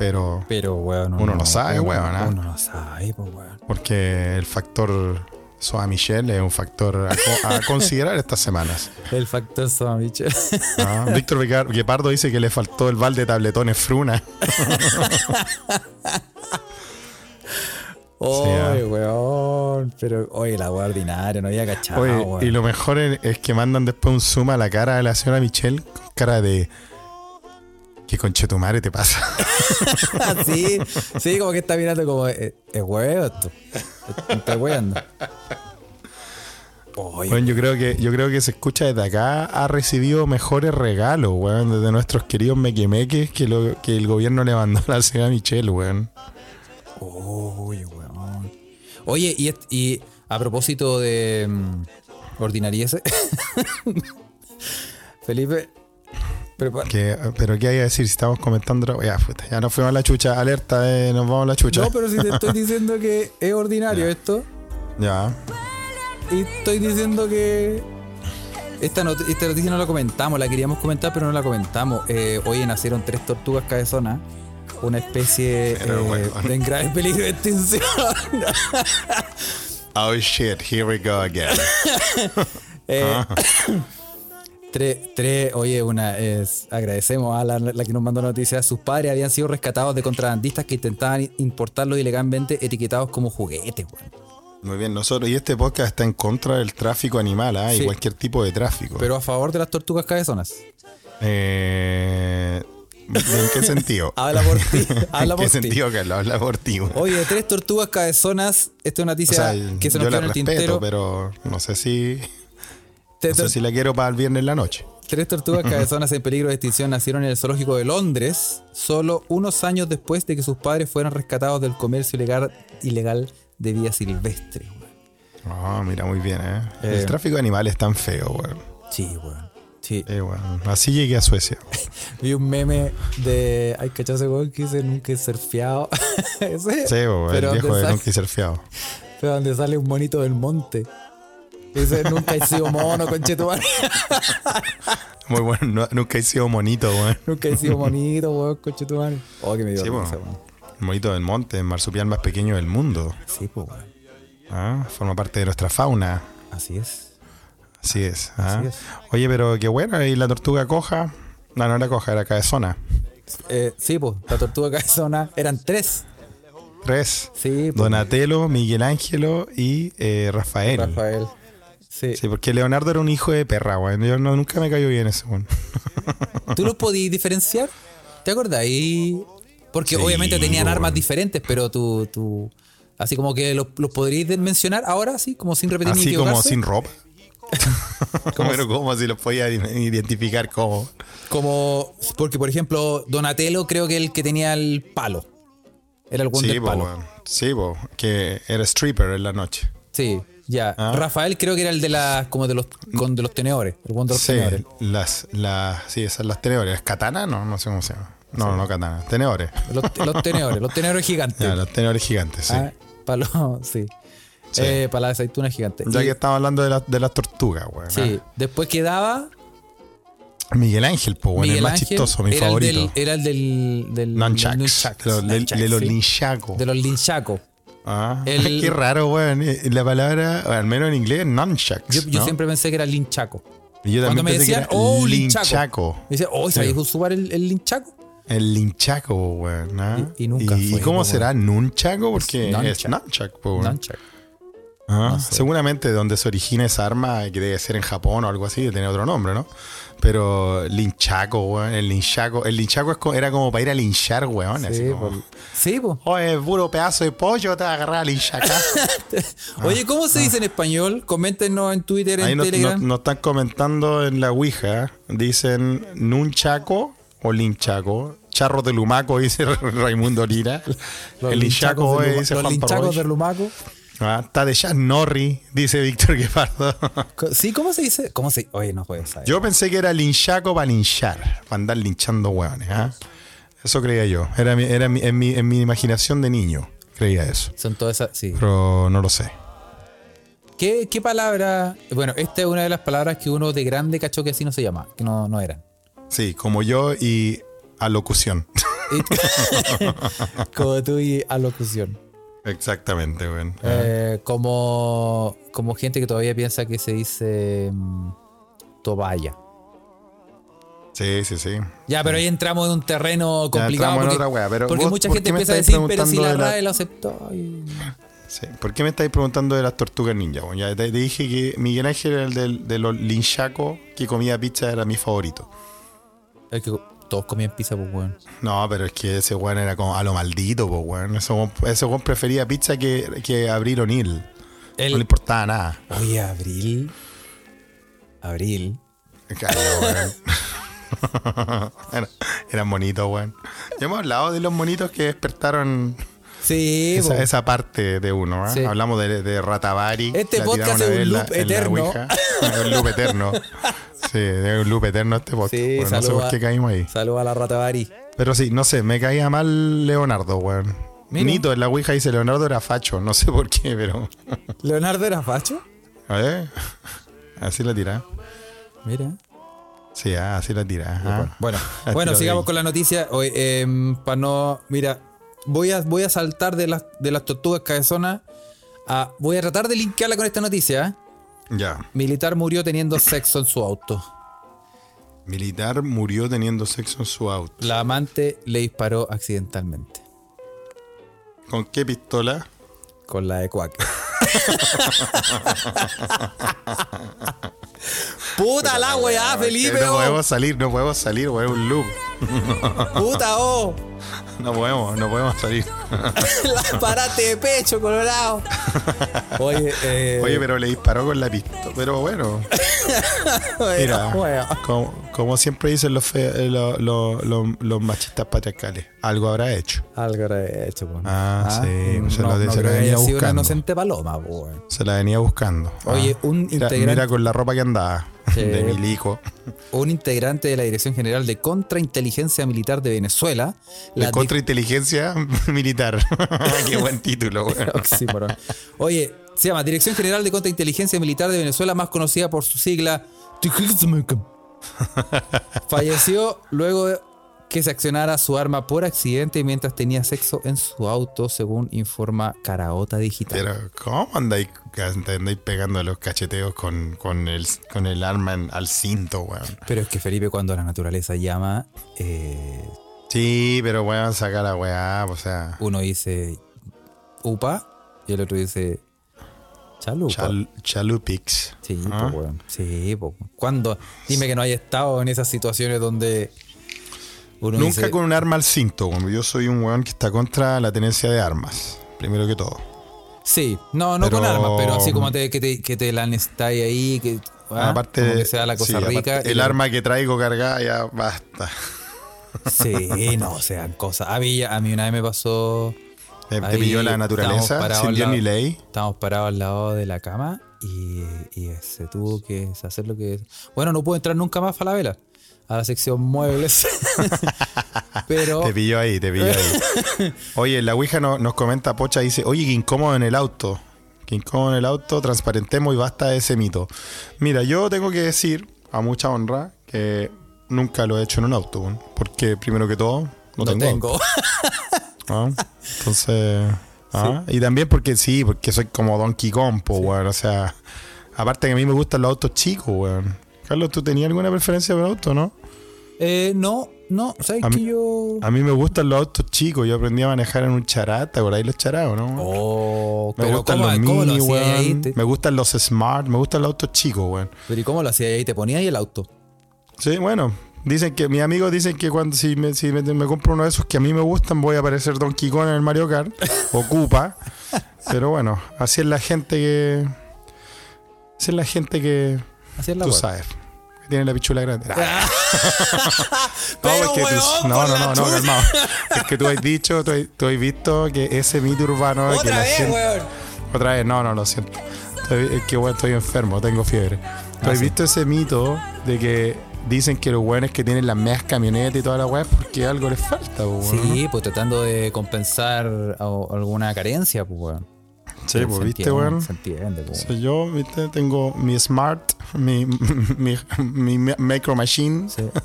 [SPEAKER 1] pero...
[SPEAKER 2] Pero, weón.
[SPEAKER 1] Uno no sabe,
[SPEAKER 2] uno-
[SPEAKER 1] weón, ¿ah?
[SPEAKER 2] Uno no sabe, pues, weón.
[SPEAKER 1] Porque el factor Soa Michelle es un factor a, co- a considerar estas semanas.
[SPEAKER 2] El factor son, bicho.
[SPEAKER 1] ¿no? Víctor Vicar- Guepardo dice que le faltó el balde de tabletones Fruna. ah.
[SPEAKER 2] Oye, weón. Pero, oye, la weá ordinaria, no había cachado,
[SPEAKER 1] Oye,
[SPEAKER 2] weón.
[SPEAKER 1] y lo mejor es, es que mandan después un zoom a la cara de la señora Michelle con cara de. ¿Qué conche tu madre te pasa?
[SPEAKER 2] sí, sí, como que está mirando como, es huevo esto. Está hueando. Oye,
[SPEAKER 1] Bueno, yo creo que yo creo que se escucha desde acá ha recibido mejores regalos, weón, desde nuestros queridos mequemeques que lo que el gobierno le mandó a la señora Michelle, weón.
[SPEAKER 2] Oye, weón. Oye, y, est- y a propósito de mm, ordinarieces, Felipe, prepara.
[SPEAKER 1] Que- pero qué hay que decir si estamos comentando otra- ya, puta, ya nos fuimos a la chucha, alerta, eh, nos vamos a la chucha.
[SPEAKER 2] No, pero si te estoy diciendo que es ordinario esto,
[SPEAKER 1] Ya.
[SPEAKER 2] y estoy diciendo que. Esta, not- esta noticia no la comentamos, la queríamos comentar, pero no la comentamos. Eh, hoy nacieron tres tortugas cabezonas, una especie
[SPEAKER 1] Pero,
[SPEAKER 2] eh,
[SPEAKER 1] weón.
[SPEAKER 2] de en grave peligro de extinción.
[SPEAKER 1] Oh shit, here we go again.
[SPEAKER 2] Eh,
[SPEAKER 1] Ah.
[SPEAKER 2] Tres, tres, oye, una es, agradecemos a la, la que nos mandó la noticia. Sus padres habían sido rescatados de contrabandistas que intentaban importarlos ilegalmente etiquetados como juguetes, weón.
[SPEAKER 1] Muy bien, nosotros y este podcast está en contra del tráfico animal, ¿ah? y
[SPEAKER 2] Sí.
[SPEAKER 1] cualquier tipo de tráfico.
[SPEAKER 2] Pero a favor de las tortugas cabezonas.
[SPEAKER 1] Eh, ¿En qué sentido?
[SPEAKER 2] Habla por ti, habla
[SPEAKER 1] ¿En qué
[SPEAKER 2] por ti.
[SPEAKER 1] sentido, Carlos? Habla por ti, weón.
[SPEAKER 2] Oye, tres tortugas cabezonas. Esta es una
[SPEAKER 1] O
[SPEAKER 2] noticia
[SPEAKER 1] sea,
[SPEAKER 2] que se nos
[SPEAKER 1] yo
[SPEAKER 2] quedó
[SPEAKER 1] la
[SPEAKER 2] en el
[SPEAKER 1] respeto,
[SPEAKER 2] tintero.
[SPEAKER 1] pero no sé si
[SPEAKER 2] Tres
[SPEAKER 1] no sé
[SPEAKER 2] tor-
[SPEAKER 1] si la quiero para el viernes en la noche.
[SPEAKER 2] Tres tortugas cabezonas en peligro de extinción nacieron en el zoológico de Londres solo unos años después de que sus padres fueran rescatados del comercio ilegal, ilegal de vía silvestre. weón.
[SPEAKER 1] No, mira, muy bien, ¿eh?
[SPEAKER 2] Eh.
[SPEAKER 1] El tráfico de animales es tan feo, weón.
[SPEAKER 2] Sí, weón. Sí.
[SPEAKER 1] Eh, weón. Así llegué a Suecia.
[SPEAKER 2] Vi un meme de. Ay, cachazo, weón, que dice nunca he surfeado. Ese,
[SPEAKER 1] Sí, weón, el
[SPEAKER 2] pero
[SPEAKER 1] viejo
[SPEAKER 2] donde
[SPEAKER 1] de
[SPEAKER 2] sale-
[SPEAKER 1] Donkey Surfeado.
[SPEAKER 2] Pero donde sale un monito del monte. Dice, nunca he sido mono, conchetumare.
[SPEAKER 1] Muy bueno, no- nunca he sido monito, weón.
[SPEAKER 2] Nunca he sido monito, weón, conchetumare. Oh, que me dio
[SPEAKER 1] Sí,
[SPEAKER 2] risa,
[SPEAKER 1] weón.
[SPEAKER 2] weón.
[SPEAKER 1] Monito del monte, el marsupial más pequeño del mundo.
[SPEAKER 2] Sí, pues, weón.
[SPEAKER 1] ¿ah? Forma parte de nuestra fauna.
[SPEAKER 2] Así es.
[SPEAKER 1] Así es. ¿ah?
[SPEAKER 2] Así es.
[SPEAKER 1] Oye, pero qué bueno, y la tortuga coja. No, no era coja, era cabezona.
[SPEAKER 2] Eh, sí, pues, la tortuga cabezona. Eran tres.
[SPEAKER 1] Tres.
[SPEAKER 2] Sí, pues,
[SPEAKER 1] Donatello, Miguel Ángelo y eh, Rafael.
[SPEAKER 2] Rafael. Sí.
[SPEAKER 1] Sí, porque Leonardo era un hijo de perra, weón. Yo no- nunca me cayó bien ese, weón.
[SPEAKER 2] ¿Tú los podías diferenciar? ¿Te acordás? Y... Porque
[SPEAKER 1] Sí,
[SPEAKER 2] obviamente tenían
[SPEAKER 1] po,
[SPEAKER 2] armas
[SPEAKER 1] weón.
[SPEAKER 2] diferentes, pero tú, tú... Así como que los, los podríais mencionar ahora, así, como sin repetir ni
[SPEAKER 1] Así como
[SPEAKER 2] equivocarse.
[SPEAKER 1] sin ropa. Pero como si los podía identificar como.
[SPEAKER 2] Como, porque por ejemplo, Donatello creo que el que tenía el palo. Era el one
[SPEAKER 1] Sí,
[SPEAKER 2] del
[SPEAKER 1] po,
[SPEAKER 2] palo.
[SPEAKER 1] weón. Sí, po, que era stripper en la noche.
[SPEAKER 2] Sí, ya.
[SPEAKER 1] Ah.
[SPEAKER 2] Rafael creo que era el de las, como de los, con, de los tenedores. El one de los
[SPEAKER 1] Sí,
[SPEAKER 2] tenedores.
[SPEAKER 1] las, las, sí, esas las tenedores. ¿Las ¿Katana? No, no sé cómo se llama. No, no katana. Tenedores.
[SPEAKER 2] Los, los tenedores, los tenedores gigantes.
[SPEAKER 1] Ya, los tenedores gigantes, sí.
[SPEAKER 2] Ah, palo, sí.
[SPEAKER 1] Sí.
[SPEAKER 2] Eh, para la aceituna gigante.
[SPEAKER 1] Ya
[SPEAKER 2] Y-
[SPEAKER 1] que estamos hablando de, la- de las tortugas, weón.
[SPEAKER 2] sí, después quedaba
[SPEAKER 1] Ah, Miguel Ángel, po, weón,
[SPEAKER 2] Miguel
[SPEAKER 1] el más
[SPEAKER 2] Ángel,
[SPEAKER 1] chistoso, mi
[SPEAKER 2] era
[SPEAKER 1] favorito.
[SPEAKER 2] El del, era el del, del
[SPEAKER 1] Nunchucks,
[SPEAKER 2] del nunchucks,
[SPEAKER 1] de los- de,
[SPEAKER 2] nunchucks,
[SPEAKER 1] de los
[SPEAKER 2] sí.
[SPEAKER 1] ninchacos.
[SPEAKER 2] De los linchacos.
[SPEAKER 1] Ah,
[SPEAKER 2] El-
[SPEAKER 1] qué raro, weón. Eh, La palabra, al menos en inglés, nunchucks.
[SPEAKER 2] Yo, yo
[SPEAKER 1] ¿no?
[SPEAKER 2] siempre pensé que era linchaco.
[SPEAKER 1] Y yo
[SPEAKER 2] Cuando me
[SPEAKER 1] pensé que
[SPEAKER 2] decían,
[SPEAKER 1] era
[SPEAKER 2] oh, linchaco.
[SPEAKER 1] linchaco.
[SPEAKER 2] Me decían, oh, ¿sabéis usar el, el linchaco?
[SPEAKER 1] El linchaco, weón. ¿ah?
[SPEAKER 2] Y- y nunca fue,
[SPEAKER 1] cómo
[SPEAKER 2] po,
[SPEAKER 1] será nunchaco? Porque
[SPEAKER 2] Es
[SPEAKER 1] es
[SPEAKER 2] nunchuck.
[SPEAKER 1] nunchuck, po, weón.
[SPEAKER 2] Nunchuck.
[SPEAKER 1] Ah,
[SPEAKER 2] no sé.
[SPEAKER 1] Seguramente donde se origina esa arma, que debe ser en Japón o algo así, debe tener otro nombre, ¿no? Pero linchaco, weón. El linchaco. El linchaco es co- era como para ir a linchar, weón. así
[SPEAKER 2] Sí,
[SPEAKER 1] como,
[SPEAKER 2] po. Sí, po.
[SPEAKER 1] Oye, puro pedazo de pollo, te vas a agarrar a linchacar.
[SPEAKER 2] Oye, ¿cómo se dice en español? Coméntenos en Twitter, en
[SPEAKER 1] Ah. Ahí nos,
[SPEAKER 2] Telegram.
[SPEAKER 1] nos- nos están comentando en la Ouija. ¿eh? Dicen Nunchaco o Linchaco. Charros de Lumaco, dice Raimundo Lira.
[SPEAKER 2] Los
[SPEAKER 1] el Linchaco,
[SPEAKER 2] linchacos de Luma-
[SPEAKER 1] dice
[SPEAKER 2] Los
[SPEAKER 1] Juan
[SPEAKER 2] linchacos de
[SPEAKER 1] Parroy.
[SPEAKER 2] Lumaco.
[SPEAKER 1] Ah, está de Jazz Norri, dice Víctor Guepardo.
[SPEAKER 2] Co- Sí, ¿cómo se dice? ¿Cómo se Oye, no puedes saber.
[SPEAKER 1] yo pensé que era Linchaco para linchar, para andar linchando hueones. ¿ah? Eso creía yo. Era, mi- era mi- en, mi, en mi imaginación de niño, creía eso.
[SPEAKER 2] Son todas esas. Sí.
[SPEAKER 1] Pero no lo sé.
[SPEAKER 2] ¿Qué, ¿Qué palabra? Bueno, esta es una de las palabras que uno de grande cachó que así no se llama, que no, no eran.
[SPEAKER 1] Sí, como yo y alocución.
[SPEAKER 2] Y- como tú y alocución.
[SPEAKER 1] Exactamente, weón.
[SPEAKER 2] Eh, como, como gente que todavía piensa que se dice mm, tobaya.
[SPEAKER 1] Sí, sí, sí.
[SPEAKER 2] Ya, pero ahí entramos en un terreno
[SPEAKER 1] Ya
[SPEAKER 2] complicado.
[SPEAKER 1] entramos en
[SPEAKER 2] porque
[SPEAKER 1] otra wea, pero
[SPEAKER 2] porque
[SPEAKER 1] vos,
[SPEAKER 2] mucha
[SPEAKER 1] ¿por
[SPEAKER 2] gente
[SPEAKER 1] qué me
[SPEAKER 2] empieza a
[SPEAKER 1] estáis
[SPEAKER 2] decir, pero si la
[SPEAKER 1] preguntando de la-
[SPEAKER 2] RAE lo aceptó. y-
[SPEAKER 1] Sí. ¿Por qué me estáis preguntando de las tortugas ninja? weón? ya te, te dije que Miguel Ángel era el del- de los linchacos que comía pizza, era mi favorito.
[SPEAKER 2] El que- todos comían pizza, pues, weón.
[SPEAKER 1] No, pero es que ese weón era como a lo maldito, pues, weón. Ese weón, ese weón prefería pizza que, que Abril O'Neill.
[SPEAKER 2] El-
[SPEAKER 1] No le importaba nada.
[SPEAKER 2] Oye, abril. Abril.
[SPEAKER 1] Claro, weón. Era- Eran bonitos, weón. Ya hemos hablado de los monitos que despertaron
[SPEAKER 2] Sí,
[SPEAKER 1] esa,
[SPEAKER 2] po.
[SPEAKER 1] esa parte de uno. ¿eh?
[SPEAKER 2] Sí.
[SPEAKER 1] Hablamos de, de Ratavari.
[SPEAKER 2] Este
[SPEAKER 1] la
[SPEAKER 2] podcast
[SPEAKER 1] tiramos una
[SPEAKER 2] es un
[SPEAKER 1] vez en la-
[SPEAKER 2] loop
[SPEAKER 1] en la
[SPEAKER 2] eterno.
[SPEAKER 1] Ouija. Es un loop eterno. Sí, es un loop eterno este podcast.
[SPEAKER 2] Sí,
[SPEAKER 1] weón. no sé
[SPEAKER 2] saluda-
[SPEAKER 1] por qué caímos ahí.
[SPEAKER 2] Saluda a la rata Bari.
[SPEAKER 1] Pero sí, no sé, me caía mal Leonardo, weón.
[SPEAKER 2] Mira.
[SPEAKER 1] Nito en la Ouija dice Leonardo era facho, no sé por qué, pero.
[SPEAKER 2] ¿Leonardo era facho?
[SPEAKER 1] A ver. Así la tira.
[SPEAKER 2] Mira.
[SPEAKER 1] Sí, ah, así la tira. ah.
[SPEAKER 2] Bueno,
[SPEAKER 1] La
[SPEAKER 2] bueno,
[SPEAKER 1] tiro
[SPEAKER 2] sigamos
[SPEAKER 1] gay.
[SPEAKER 2] con la noticia. Hoy, para no. Mira, voy a, voy a saltar de las, de las tortugas cabezonas. a- voy a tratar de linkearla con esta noticia. ¿eh?
[SPEAKER 1] Ya.
[SPEAKER 2] Militar murió teniendo sexo en su auto.
[SPEAKER 1] Militar murió teniendo sexo en su auto.
[SPEAKER 2] La amante le disparó accidentalmente
[SPEAKER 1] ¿Con qué pistola?
[SPEAKER 2] con la de Cuac. Puta la weá, Felipe.
[SPEAKER 1] No
[SPEAKER 2] oh.
[SPEAKER 1] podemos salir, no podemos salir, weón, es un loop.
[SPEAKER 2] Puta oh.
[SPEAKER 1] No podemos, no podemos salir.
[SPEAKER 2] La parate de pecho, colorado. Oye, eh,
[SPEAKER 1] Oye, pero le disparó con la pistola. Pero bueno,
[SPEAKER 2] bueno,
[SPEAKER 1] mira,
[SPEAKER 2] bueno.
[SPEAKER 1] como, como siempre dicen los, fe- eh, lo- lo- lo- los machistas patriarcales, algo habrá hecho.
[SPEAKER 2] Algo habrá hecho, pues.
[SPEAKER 1] Ah, sí, se lo- se lo
[SPEAKER 2] creo que
[SPEAKER 1] venía
[SPEAKER 2] haya sido una
[SPEAKER 1] buscando.
[SPEAKER 2] inocente paloma, po, weón.
[SPEAKER 1] Se la venía buscando. Ah,
[SPEAKER 2] Oye, un
[SPEAKER 1] mira,
[SPEAKER 2] integrante-
[SPEAKER 1] mira con la ropa que andaba.
[SPEAKER 2] Sí.
[SPEAKER 1] De milico.
[SPEAKER 2] Un integrante de la Dirección General de Contrainteligencia Militar de Venezuela.
[SPEAKER 1] La
[SPEAKER 2] la
[SPEAKER 1] contrainteligencia militar. Qué buen título, güey.
[SPEAKER 2] Oxímoron. Oye, se llama Dirección General de Contrainteligencia Militar de Venezuela, más conocida por su sigla TIGIXMECAM. Falleció luego de que se accionara su arma por accidente mientras tenía sexo en su auto, según informa Caraota Digital.
[SPEAKER 1] Pero, ¿cómo andáis, andáis pegando los cacheteos con, con, el, con el arma en- al cinto, weón?
[SPEAKER 2] Pero es que Felipe, cuando la naturaleza llama, eh,
[SPEAKER 1] Sí, pero weón, saca la weá, o sea.
[SPEAKER 2] uno dice upa y el otro dice chalupa.
[SPEAKER 1] Chal, chalupix.
[SPEAKER 2] Sí,
[SPEAKER 1] ¿Ah?
[SPEAKER 2] po, weón. Sí, po. ¿Cuándo? Dime que no haya estado en esas situaciones donde uno
[SPEAKER 1] Nunca
[SPEAKER 2] dice,
[SPEAKER 1] con un arma al cinto, weón. Yo soy un weón que está contra la tenencia de armas, primero que todo.
[SPEAKER 2] Sí, no, no
[SPEAKER 1] Pero- mm.
[SPEAKER 2] con armas, pero así como te, que, te, que te la necesitáis ahí, que, ah,
[SPEAKER 1] Aparte,
[SPEAKER 2] como que sea la cosa
[SPEAKER 1] sí, aparte,
[SPEAKER 2] rica. y
[SPEAKER 1] el
[SPEAKER 2] la-
[SPEAKER 1] arma que traigo cargada ya basta.
[SPEAKER 2] Sí, no, sean cosas. A mí, a mí una vez me pasó...
[SPEAKER 1] Eh, Te, te
[SPEAKER 2] Ahí
[SPEAKER 1] pilló la
[SPEAKER 2] estamos
[SPEAKER 1] naturaleza,
[SPEAKER 2] parados
[SPEAKER 1] sin
[SPEAKER 2] al
[SPEAKER 1] Dios ni
[SPEAKER 2] lado-
[SPEAKER 1] ley.
[SPEAKER 2] Estábamos parados al lado de la cama y, y se tuvo que hacer lo que... Bueno, no pude entrar nunca más a la vela, a la sección muebles. pero...
[SPEAKER 1] Te pilló ahí, te pilló ahí. Oye, la Ouija no- nos comenta Pocha, dice, oye, qué incómodo en el auto. Qué incómodo en el auto, transparentemos y basta de ese mito. Mira, yo tengo que decir, a mucha honra, que nunca lo he hecho en un auto, weón. porque primero que todo, no,
[SPEAKER 2] no
[SPEAKER 1] tengo. auto,
[SPEAKER 2] tengo.
[SPEAKER 1] ¿ah? Entonces, ¿ah? y también porque sí, porque soy como Donkey Kong, po, weón, o sea, aparte que a mí me gustan los autos chicos, weón. Carlos, ¿tú tenías alguna preferencia por auto, no?
[SPEAKER 2] Eh, no, no, ¿sabes
[SPEAKER 1] A
[SPEAKER 2] que
[SPEAKER 1] mí-
[SPEAKER 2] yo...?
[SPEAKER 1] A mí me gustan los autos chicos. Yo aprendí a manejar en un chará. ¿Te acordáis los charados, no?
[SPEAKER 2] Oh,
[SPEAKER 1] me
[SPEAKER 2] pero
[SPEAKER 1] gustan
[SPEAKER 2] ¿cómo,
[SPEAKER 1] los
[SPEAKER 2] cómo lo
[SPEAKER 1] mini,
[SPEAKER 2] hacía ahí?
[SPEAKER 1] weón.
[SPEAKER 2] Te-
[SPEAKER 1] Me gustan los smart. Me gustan los autos chicos, weón.
[SPEAKER 2] Pero ¿y cómo lo hacía ahí? ¿Te ponía ahí el auto?
[SPEAKER 1] Sí, bueno. Dicen que mis amigos dicen que cuando si me, si me, me compro uno de esos que a mí me gustan, voy a aparecer Donkey Kong en el Mario Kart. Ocupa. Pero bueno, así es la gente que. Así es la gente que.
[SPEAKER 2] Así es la
[SPEAKER 1] tú
[SPEAKER 2] weá.
[SPEAKER 1] sabes. Que tiene la pichula grande.
[SPEAKER 2] Pero,
[SPEAKER 1] es que tú-
[SPEAKER 2] weón,
[SPEAKER 1] no,
[SPEAKER 2] por
[SPEAKER 1] no,
[SPEAKER 2] la
[SPEAKER 1] no, no,
[SPEAKER 2] chucha.
[SPEAKER 1] calmado. Es que tú has dicho, tú has, tú has visto que ese mito urbano. de que
[SPEAKER 2] Otra
[SPEAKER 1] la
[SPEAKER 2] vez,
[SPEAKER 1] gente-
[SPEAKER 2] weón.
[SPEAKER 1] Otra vez, no, no, lo siento. Estoy- es que bueno, estoy enfermo, tengo fiebre. ¿Tú
[SPEAKER 2] Ah,
[SPEAKER 1] has
[SPEAKER 2] sí.
[SPEAKER 1] visto ese mito de que dicen que los weones que tienen las medias camionetas y toda la weá es porque algo les falta, po, weón, ¿no?
[SPEAKER 2] Sí, pues tratando de compensar a- alguna carencia, pues, weón.
[SPEAKER 1] Sí, pues
[SPEAKER 2] Se
[SPEAKER 1] viste,
[SPEAKER 2] entiende,
[SPEAKER 1] weón.
[SPEAKER 2] Se entiende, pues, weón.
[SPEAKER 1] Soy yo, viste, tengo mi Smart, mi, mi, mi Micro Machine. ¿Te
[SPEAKER 2] Sí.
[SPEAKER 1] acuerdas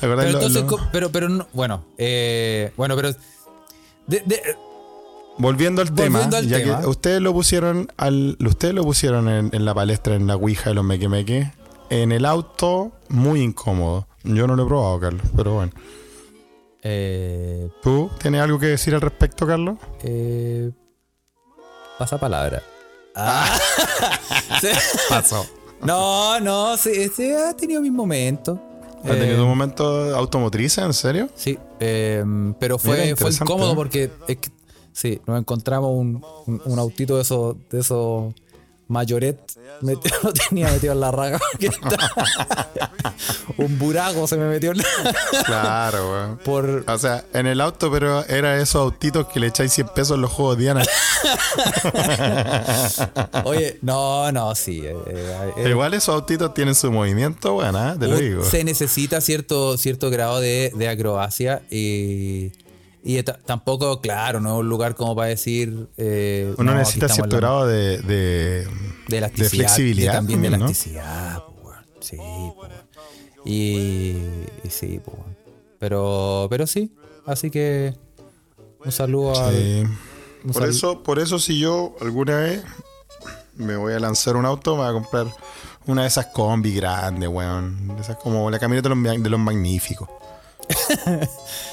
[SPEAKER 2] Pero
[SPEAKER 1] lo-
[SPEAKER 2] entonces,
[SPEAKER 1] lo-
[SPEAKER 2] co- pero, pero, no- bueno, eh, bueno, pero... de- de-
[SPEAKER 1] Volviendo al tema,
[SPEAKER 2] Volviendo al
[SPEAKER 1] ya
[SPEAKER 2] tema.
[SPEAKER 1] que ustedes lo pusieron al, ustedes lo pusieron en, en la palestra, en la ouija de los mequemeque, en el auto, muy incómodo. Yo no lo he probado, Carlos, pero bueno.
[SPEAKER 2] eh,
[SPEAKER 1] ¿Tú tienes algo que decir al respecto, Carlos?
[SPEAKER 2] eh, pasa palabra.
[SPEAKER 1] Paso.
[SPEAKER 2] No, no, sí, sí, ha tenido mis momentos.
[SPEAKER 1] ¿Ha tenido
[SPEAKER 2] Eh,
[SPEAKER 1] un momento automotriz? ¿En serio?
[SPEAKER 2] Sí, eh, pero fue,
[SPEAKER 1] Mira,
[SPEAKER 2] fue
[SPEAKER 1] interesante,
[SPEAKER 2] incómodo
[SPEAKER 1] ¿eh?
[SPEAKER 2] porque es que- sí, nos encontramos un, un, un autito de esos de esos mayoret metido, lo tenía metido en la raga. porque estaba- un burago se me metió en la-
[SPEAKER 1] Claro, weón.
[SPEAKER 2] por
[SPEAKER 1] O sea, en el auto, pero era esos autitos que le echáis 100 pesos en los juegos
[SPEAKER 2] Eh.
[SPEAKER 1] Diana.
[SPEAKER 2] Oye, no, no, sí. eh, eh, eh,
[SPEAKER 1] Pero igual esos autitos tienen su movimiento, weón, ¿ah? te lo
[SPEAKER 2] un-
[SPEAKER 1] digo.
[SPEAKER 2] Se necesita cierto, cierto grado de, de acrobacia y, y ta- tampoco, claro, no es un lugar como para decir. eh,
[SPEAKER 1] Uno
[SPEAKER 2] no, aquí
[SPEAKER 1] necesita
[SPEAKER 2] estamos en
[SPEAKER 1] cierto
[SPEAKER 2] la-
[SPEAKER 1] grado de, de,
[SPEAKER 2] De elasticidad.
[SPEAKER 1] de flexibilidad.
[SPEAKER 2] y también de
[SPEAKER 1] también, ¿no?
[SPEAKER 2] elasticidad, po, weón. Sí, po, weón. Y, y sí, po, weón. Pero, pero sí. Así que un saludo al.
[SPEAKER 1] Sí.
[SPEAKER 2] un
[SPEAKER 1] Por
[SPEAKER 2] sal-
[SPEAKER 1] eso, por eso si yo alguna vez me voy a lanzar un auto, me voy a comprar una de esas combi grandes, weón. De Esas como la camioneta de los, ma- de los magníficos.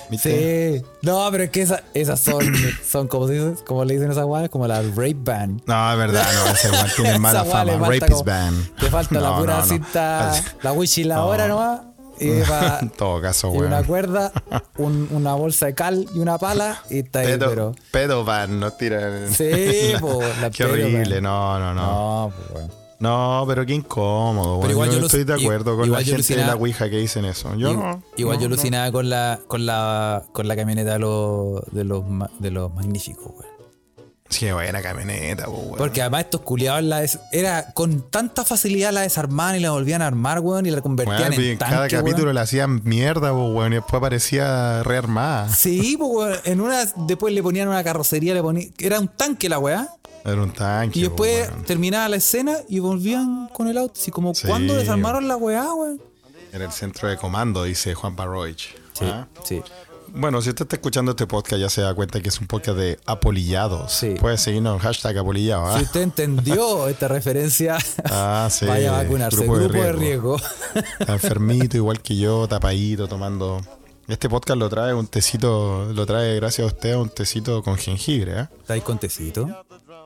[SPEAKER 1] ¿Viste?
[SPEAKER 2] Sí. No, pero es que esa- esas son, son como, se dice- como le dicen esas guanas, como la rape band.
[SPEAKER 1] No, es verdad, no, ese weón tiene mala
[SPEAKER 2] Esa weá le
[SPEAKER 1] fama.
[SPEAKER 2] falta
[SPEAKER 1] Rapist
[SPEAKER 2] como-
[SPEAKER 1] band.
[SPEAKER 2] Te falta la
[SPEAKER 1] No,
[SPEAKER 2] pura
[SPEAKER 1] no, no.
[SPEAKER 2] cinta, la wichi la hora nomás. Y, va-
[SPEAKER 1] En todo caso,
[SPEAKER 2] y una
[SPEAKER 1] weón.
[SPEAKER 2] cuerda, un- una bolsa de cal y una pala. Y está ahí,
[SPEAKER 1] Pedo,
[SPEAKER 2] pero.
[SPEAKER 1] pedo van, no tiran.
[SPEAKER 2] Sí, po, la
[SPEAKER 1] Qué
[SPEAKER 2] pedo
[SPEAKER 1] horrible,
[SPEAKER 2] van.
[SPEAKER 1] no, no, no.
[SPEAKER 2] No, pues bueno.
[SPEAKER 1] No, pero qué incómodo, weón.
[SPEAKER 2] igual
[SPEAKER 1] yo
[SPEAKER 2] yo
[SPEAKER 1] no
[SPEAKER 2] lo-
[SPEAKER 1] estoy de
[SPEAKER 2] i-
[SPEAKER 1] acuerdo con la
[SPEAKER 2] igual yo
[SPEAKER 1] gente de la
[SPEAKER 2] alucinaba-
[SPEAKER 1] Ouija que dicen eso. Yo no.
[SPEAKER 2] Igual
[SPEAKER 1] no,
[SPEAKER 2] yo
[SPEAKER 1] no.
[SPEAKER 2] alucinaba con la con la con la camioneta de los de los ma- de los magníficos, güey.
[SPEAKER 1] Sí, buena camioneta, po, weón.
[SPEAKER 2] Porque además estos culiados la des- era con tanta facilidad la desarmaban y la volvían a armar, weón, y la
[SPEAKER 1] Weón,
[SPEAKER 2] convertían
[SPEAKER 1] y
[SPEAKER 2] en
[SPEAKER 1] en
[SPEAKER 2] tanque,
[SPEAKER 1] cada capítulo
[SPEAKER 2] weón.
[SPEAKER 1] le hacían mierda, po, weón, y después aparecía rearmada.
[SPEAKER 2] Sí, pues, weón, en una después le ponían una carrocería, le ponían era un tanque la weá.
[SPEAKER 1] Era un tanque.
[SPEAKER 2] Y
[SPEAKER 1] po,
[SPEAKER 2] después
[SPEAKER 1] weón.
[SPEAKER 2] terminaba la escena y volvían con el auto. Así como,
[SPEAKER 1] Sí,
[SPEAKER 2] ¿cuándo desarmaron la weá, weón?
[SPEAKER 1] En el centro de comando, dice Juan Barroich.
[SPEAKER 2] Sí,
[SPEAKER 1] ¿Ah?
[SPEAKER 2] sí.
[SPEAKER 1] Bueno, si usted está escuchando este podcast, ya se da cuenta que es un podcast de apolillados.
[SPEAKER 2] Sí.
[SPEAKER 1] Puede seguirnos en hashtag apolillado. ¿ah?
[SPEAKER 2] Si usted entendió esta referencia,
[SPEAKER 1] Ah, sí.
[SPEAKER 2] vaya a vacunarse. Grupo, de riesgo.
[SPEAKER 1] Está enfermito, igual que yo, tapadito, tomando. Este podcast lo trae un tecito, lo trae gracias a usted un tecito con jengibre, ¿ah?
[SPEAKER 2] ¿Estáis con tecito?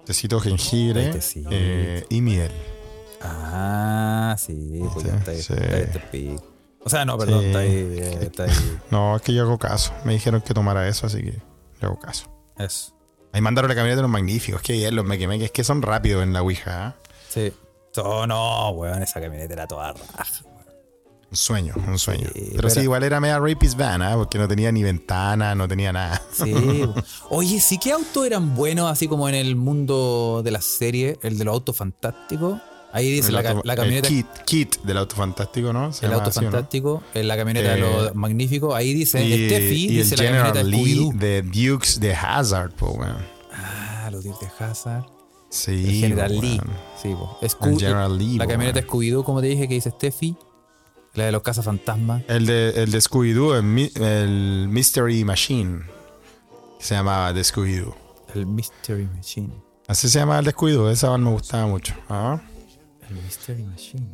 [SPEAKER 1] Tecito jengibre
[SPEAKER 2] Ay, tecito.
[SPEAKER 1] eh, y miel.
[SPEAKER 2] Ah, sí, pues ya está ahí.
[SPEAKER 1] Sí.
[SPEAKER 2] Está ahí este pico. O sea, no, perdón,
[SPEAKER 1] Sí.
[SPEAKER 2] está ahí. eh, Está ahí.
[SPEAKER 1] No, es que yo hago caso. Me dijeron que tomara eso, así que le hago caso.
[SPEAKER 2] Eso.
[SPEAKER 1] Ahí mandaron la camioneta de los magníficos. Es que ayer los mequemeques, es que son rápidos en la Ouija. ¿eh?
[SPEAKER 2] Sí. Oh, no, weón, esa camioneta era toda raja. weón.
[SPEAKER 1] Un sueño, un sueño.
[SPEAKER 2] Sí,
[SPEAKER 1] pero sí,
[SPEAKER 2] pero-
[SPEAKER 1] igual era media rapist van, ¿ah? porque no tenía ni ventana, no tenía nada.
[SPEAKER 2] Sí. weón. Oye, sí, ¿qué autos eran buenos así como en el mundo de la serie? El de los autos fantásticos. Ahí dice
[SPEAKER 1] El
[SPEAKER 2] la, ca-
[SPEAKER 1] auto-
[SPEAKER 2] la camioneta.
[SPEAKER 1] el kit, kit del auto fantástico, ¿no? Se
[SPEAKER 2] El
[SPEAKER 1] llama
[SPEAKER 2] auto
[SPEAKER 1] así, ¿o no?
[SPEAKER 2] fantástico, en la camioneta de
[SPEAKER 1] Eh,
[SPEAKER 2] los magníficos, ahí dice
[SPEAKER 1] Y,
[SPEAKER 2] Steffi,
[SPEAKER 1] y el
[SPEAKER 2] dice la camioneta
[SPEAKER 1] General
[SPEAKER 2] de
[SPEAKER 1] Lee
[SPEAKER 2] Scooby-Doo.
[SPEAKER 1] de Dukes de Hazard, po, weón.
[SPEAKER 2] Ah, los Dirk de Hazard. El
[SPEAKER 1] Sí.
[SPEAKER 2] General
[SPEAKER 1] po,
[SPEAKER 2] Lee.
[SPEAKER 1] weón.
[SPEAKER 2] Sí, po. Scoo-
[SPEAKER 1] El General Lee.
[SPEAKER 2] la
[SPEAKER 1] po,
[SPEAKER 2] camioneta
[SPEAKER 1] weón.
[SPEAKER 2] Scooby-Doo, como te dije, que dice Steffi. La de los cazafantasmas.
[SPEAKER 1] El de, el de Scooby-Doo, el, mi- el Mystery Machine. Se llamaba de Scooby-Doo.
[SPEAKER 2] El Mystery Machine.
[SPEAKER 1] Así se llamaba el de Scooby-Doo, esa van me gustaba mucho. Ah,
[SPEAKER 2] El Mystery Machine.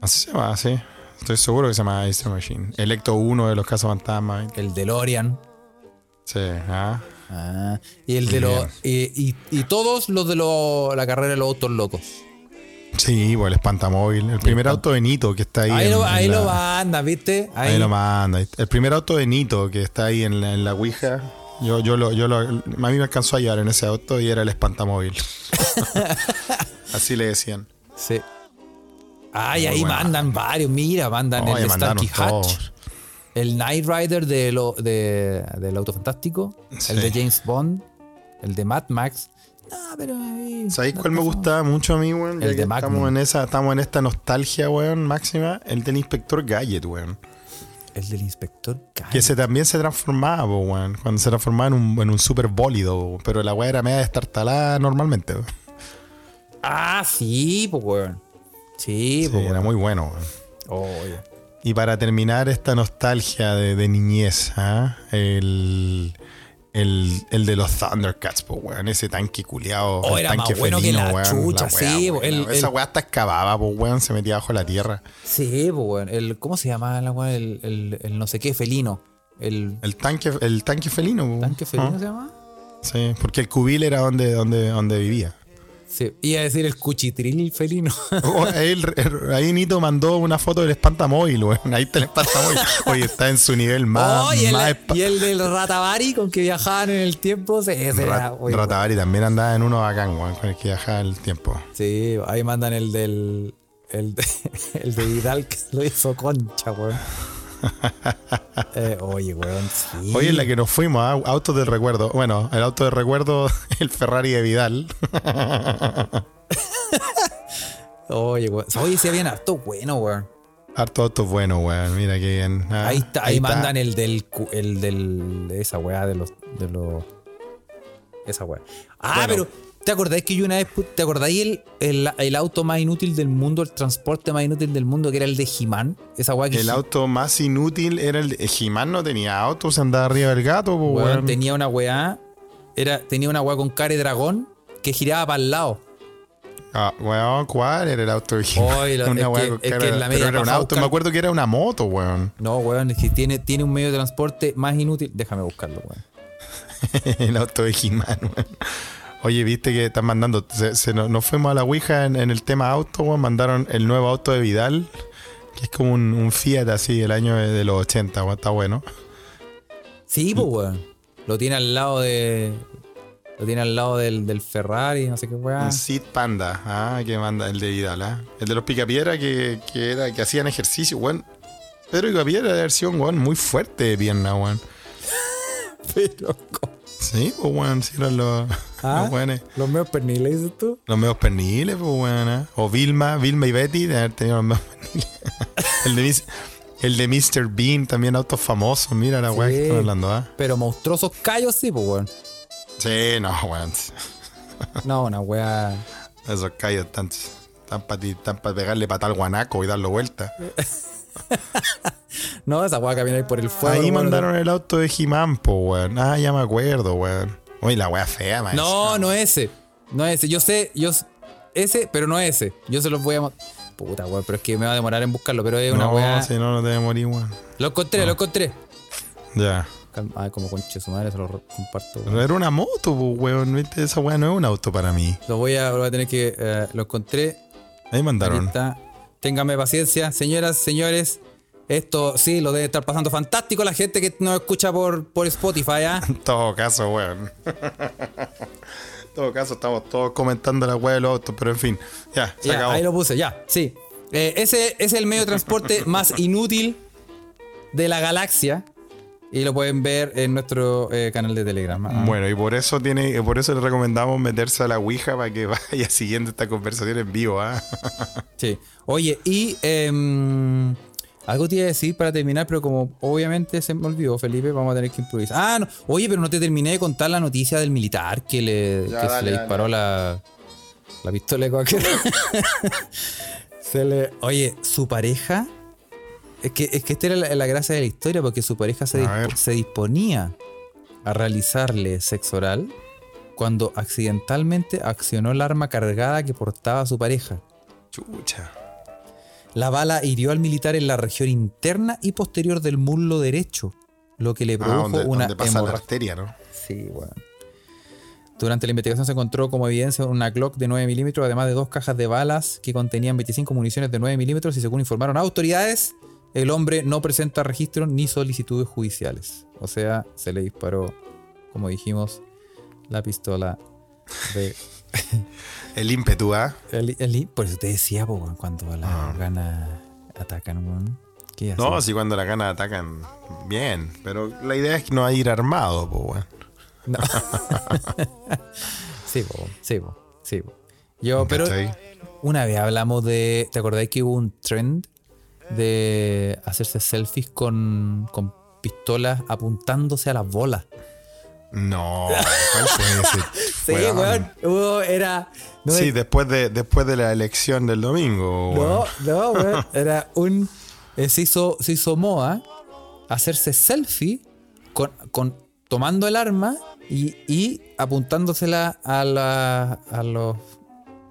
[SPEAKER 1] Así se llamaba, sí. Estoy seguro que se llamaba Mystery Machine. Electo 1 de los cazafantasmas.
[SPEAKER 2] El DeLorean.
[SPEAKER 1] Sí, ah.
[SPEAKER 2] Ah, y el
[SPEAKER 1] Muy
[SPEAKER 2] de los.
[SPEAKER 1] bien.
[SPEAKER 2] Y, y- y todos los de los- la carrera de los autos locos.
[SPEAKER 1] Sí, pues el espantamóvil. El primer
[SPEAKER 2] espant-
[SPEAKER 1] auto de Nito que está ahí.
[SPEAKER 2] Ahí,
[SPEAKER 1] en-
[SPEAKER 2] lo,
[SPEAKER 1] en
[SPEAKER 2] ahí
[SPEAKER 1] la-
[SPEAKER 2] lo manda, ¿viste?
[SPEAKER 1] Ahí, lo manda. El primer auto de Nito que está ahí en la, en la Ouija. Yo, yo, lo, yo lo- a mí me alcanzó a llevar en ese auto y era el espantamóvil. Así le decían.
[SPEAKER 2] Sí. Ay,
[SPEAKER 1] Muy
[SPEAKER 2] ahí
[SPEAKER 1] buena.
[SPEAKER 2] mandan varios. Mira, mandan
[SPEAKER 1] No,
[SPEAKER 2] el
[SPEAKER 1] ya
[SPEAKER 2] de Stanky
[SPEAKER 1] mandaron
[SPEAKER 2] Hatch.
[SPEAKER 1] todos.
[SPEAKER 2] El Knight Rider de lo, de, del Auto Fantástico.
[SPEAKER 1] Sí.
[SPEAKER 2] El de James Bond. El de Mad Max. No, pero ahí.
[SPEAKER 1] ¿Sabéis
[SPEAKER 2] no
[SPEAKER 1] cuál me
[SPEAKER 2] pasó.
[SPEAKER 1] gustaba mucho a mí, weón? Ya
[SPEAKER 2] El
[SPEAKER 1] que
[SPEAKER 2] de Magnum.
[SPEAKER 1] estamos en esa, estamos en esta nostalgia, weón, máxima, el del inspector Gadget, weón.
[SPEAKER 2] El del Inspector
[SPEAKER 1] Que
[SPEAKER 2] Gadget.
[SPEAKER 1] se también se transformaba, po, weón. Cuando se transformaba en un, en un super bólido, po, pero la weá era media destartalada normalmente, weón.
[SPEAKER 2] Ah, sí, pues, weón. Sí,
[SPEAKER 1] Sí,
[SPEAKER 2] pues,
[SPEAKER 1] era muy bueno, weón.
[SPEAKER 2] Oye.
[SPEAKER 1] Y para terminar esta nostalgia de, de niñez, ¿ah? el, el, el de los Thundercats, po, weón. Ese tanque culiado.
[SPEAKER 2] Oh,
[SPEAKER 1] el
[SPEAKER 2] era
[SPEAKER 1] tanque
[SPEAKER 2] más bueno que la chucha, sí, po,
[SPEAKER 1] buena.
[SPEAKER 2] el-
[SPEAKER 1] Esa
[SPEAKER 2] el-
[SPEAKER 1] weá hasta excavaba, po, weón. Se metía bajo la tierra.
[SPEAKER 2] Sí, pues, weón. El, ¿Cómo se llama la weón? El, el, el no sé qué felino. El
[SPEAKER 1] El tanque, el tanque felino, po.
[SPEAKER 2] tanque felino
[SPEAKER 1] ¿Ah?
[SPEAKER 2] se llama.
[SPEAKER 1] Sí, porque el cubil era donde, donde, donde vivía.
[SPEAKER 2] Sí, iba a decir el cuchitril felino.
[SPEAKER 1] Oh, él- él- ahí Nito mandó una foto del espantamóvil, weón. Ahí está el espantamóvil. Oye, está en su nivel más.
[SPEAKER 2] Oh, y, el,
[SPEAKER 1] más espa-
[SPEAKER 2] y el del Ratavari con que viajaban en el tiempo. Sí, ese era,
[SPEAKER 1] Rat-
[SPEAKER 2] oye,
[SPEAKER 1] Ratavari también andaba en uno bacán, weón, con el que viajaba el tiempo.
[SPEAKER 2] Sí, ahí mandan el del. El de, el de Vidal que lo hizo concha, weón. Eh, oye, weón, sí.
[SPEAKER 1] Oye, en la que nos fuimos, a autos del recuerdo. Bueno, el auto del recuerdo, el Ferrari de Vidal.
[SPEAKER 2] Oye, weón. Oye, sí habían harto bueno, weón.
[SPEAKER 1] Harto autos buenos, weón. Mira qué bien. Ah,
[SPEAKER 2] Ahí está, ahí, mandan el del. cu- El del. de Esa weá de los. De los esa weá. Ah,
[SPEAKER 1] Bueno.
[SPEAKER 2] pero. ¿Te acordáis que yo una vez. pu- ¿Te acordáis el, el, el auto más inútil del mundo, el transporte más inútil del mundo, que era el de He-Man? Esa weá que.
[SPEAKER 1] El
[SPEAKER 2] He-
[SPEAKER 1] auto más inútil era el. Jimán no tenía auto, se andaba arriba del gato, po,
[SPEAKER 2] Weón,
[SPEAKER 1] weón.
[SPEAKER 2] tenía una weá. Era, tenía una weá con cara de dragón que giraba para el lado.
[SPEAKER 1] Ah, weón, ¿cuál era el auto de Jimán?
[SPEAKER 2] Oy, lo- es que-
[SPEAKER 1] con
[SPEAKER 2] es que
[SPEAKER 1] cara-
[SPEAKER 2] en la media
[SPEAKER 1] pero era un
[SPEAKER 2] pasa a
[SPEAKER 1] auto,
[SPEAKER 2] buscar-
[SPEAKER 1] me acuerdo que era una moto, weón.
[SPEAKER 2] No, weón, es que tiene, tiene un medio de transporte más inútil. Déjame buscarlo, weón.
[SPEAKER 1] el auto de He-Man, weón. Oye, viste que están mandando. se- se nos, nos fuimos a la Ouija en, en el tema auto, weón. Mandaron el nuevo auto de Vidal, que es como un, un Fiat así, el año de, de los 80, weón. Está bueno.
[SPEAKER 2] Sí,
[SPEAKER 1] Mm.
[SPEAKER 2] pues, weón. Lo tiene al lado de. Lo tiene al lado del, del Ferrari, no sé qué weá.
[SPEAKER 1] Un Seat Panda, ah, que manda el de Vidal, ah. El de los Picapiedra que, que, era, que hacían ejercicio, weón. Pedro Picapiedra era versión, weón, muy fuerte de pierna, weón.
[SPEAKER 2] Pero, ¿cómo?
[SPEAKER 1] Sí, pues, weón, sí eran los,
[SPEAKER 2] Ah.
[SPEAKER 1] los weones.
[SPEAKER 2] ¿Los medios perniles dices tú?
[SPEAKER 1] Los medios perniles, pues, weón. ¿eh? O Vilma, Vilma y Betty, de haber tenido los medios perniles. el, de mis- el de Mr. Bean, también autos famosos. Mira la weá
[SPEAKER 2] Sí.
[SPEAKER 1] que están hablando, ¿ah?
[SPEAKER 2] Pero monstruosos callos, sí, pues, weón.
[SPEAKER 1] Sí, no, weón.
[SPEAKER 2] No, una weá.
[SPEAKER 1] Esos callos están, están para pegarle pata al guanaco y darlo vuelta.
[SPEAKER 2] No, esa weá camina ahí por el fuego.
[SPEAKER 1] Ahí
[SPEAKER 2] weón.
[SPEAKER 1] mandaron el auto de Jimán, po, weón. Ah, ya me acuerdo, weón. Uy, la weá fea, man.
[SPEAKER 2] No, no ese. No ese. Yo sé, yo. s- Ese, pero no ese. Yo se los voy a. mo- Puta, weón, pero es que me va a demorar en buscarlo, pero es una
[SPEAKER 1] no,
[SPEAKER 2] weá.
[SPEAKER 1] si no, no te debe morir, weón.
[SPEAKER 2] Lo encontré, lo encontré.
[SPEAKER 1] Ya.
[SPEAKER 2] Calma, ah, como conche su madre, se lo re- comparto. weón.
[SPEAKER 1] Pero era una moto, po, weón. Viste, esa weá no es un auto para mí.
[SPEAKER 2] Lo voy a, lo voy a tener que. eh, lo encontré.
[SPEAKER 1] Ahí
[SPEAKER 2] Ahí
[SPEAKER 1] mandaron.
[SPEAKER 2] está. Ténganme paciencia, señoras, señores. Esto sí lo debe estar pasando fantástico la gente que nos escucha por, por Spotify. ¿ah?
[SPEAKER 1] En todo caso, weón. En todo caso, estamos todos comentando la weá de los autos, pero en fin. Ya, se
[SPEAKER 2] Ya,
[SPEAKER 1] acabó.
[SPEAKER 2] ahí lo puse, ya, sí. Eh, ese ese es el medio de transporte más inútil de la galaxia. Y lo pueden ver en nuestro eh, canal de Telegram. ah.
[SPEAKER 1] Bueno, y por eso tiene, por eso le recomendamos meterse a la Ouija para que vaya siguiendo esta conversación en vivo, ¿ah?
[SPEAKER 2] Sí. Oye, y em, algo te iba a decir para terminar, pero como obviamente se me olvidó, Felipe, vamos a tener que improvisar. Ah, no. Oye, pero no te terminé de contar la noticia del militar que le,
[SPEAKER 1] Ya,
[SPEAKER 2] que se
[SPEAKER 1] dale,
[SPEAKER 2] le
[SPEAKER 1] dale.
[SPEAKER 2] disparó la, la pistola de cualquier. se le. Oye, su pareja. Es que, es que esta era la, la gracia de la historia, porque su pareja se,
[SPEAKER 1] A
[SPEAKER 2] dispo-
[SPEAKER 1] ver.
[SPEAKER 2] se disponía a realizarle sexo oral cuando accidentalmente accionó el arma cargada que portaba su pareja.
[SPEAKER 1] Chucha. Ah,
[SPEAKER 2] La bala hirió al militar en la región interna y posterior del muslo derecho, lo que le
[SPEAKER 1] Ah,
[SPEAKER 2] produjo
[SPEAKER 1] donde,
[SPEAKER 2] una
[SPEAKER 1] donde pasa la
[SPEAKER 2] hemorragia.
[SPEAKER 1] arteria, ¿no?
[SPEAKER 2] Sí, bueno. Durante la investigación se encontró como evidencia una Glock de 9 milímetros, además de dos cajas de balas que contenían 25 municiones de 9 milímetros y según informaron autoridades, el hombre no presenta registros ni solicitudes judiciales. O sea, se le disparó, como dijimos, la pistola de...
[SPEAKER 1] El ímpetu, ¿ah?
[SPEAKER 2] El, el- por eso te decía, po, weón, cuando las ganas atacan, weón. ¿Qué haces?
[SPEAKER 1] No, si cuando las ganas atacan, bien. Pero la idea es que no va a ir armado, pues, weón.
[SPEAKER 2] No. sí, po, sí, po, sí. po. Yo, pero
[SPEAKER 1] ¿Cachai?
[SPEAKER 2] una vez hablamos de. ¿Te acordáis que hubo un trend de hacerse selfies con, con pistolas apuntándose a las bolas?
[SPEAKER 1] No, ¿cuál fue ese?
[SPEAKER 2] Sí,
[SPEAKER 1] Weón.
[SPEAKER 2] weón. hubo- era. No,
[SPEAKER 1] Sí,
[SPEAKER 2] es-
[SPEAKER 1] después de, después de la elección del domingo, weón.
[SPEAKER 2] no, no, weón. Era un. eh, se, hizo, se hizo moda hacerse selfie con, con- tomando el arma y, y apuntándosela a, la, a los.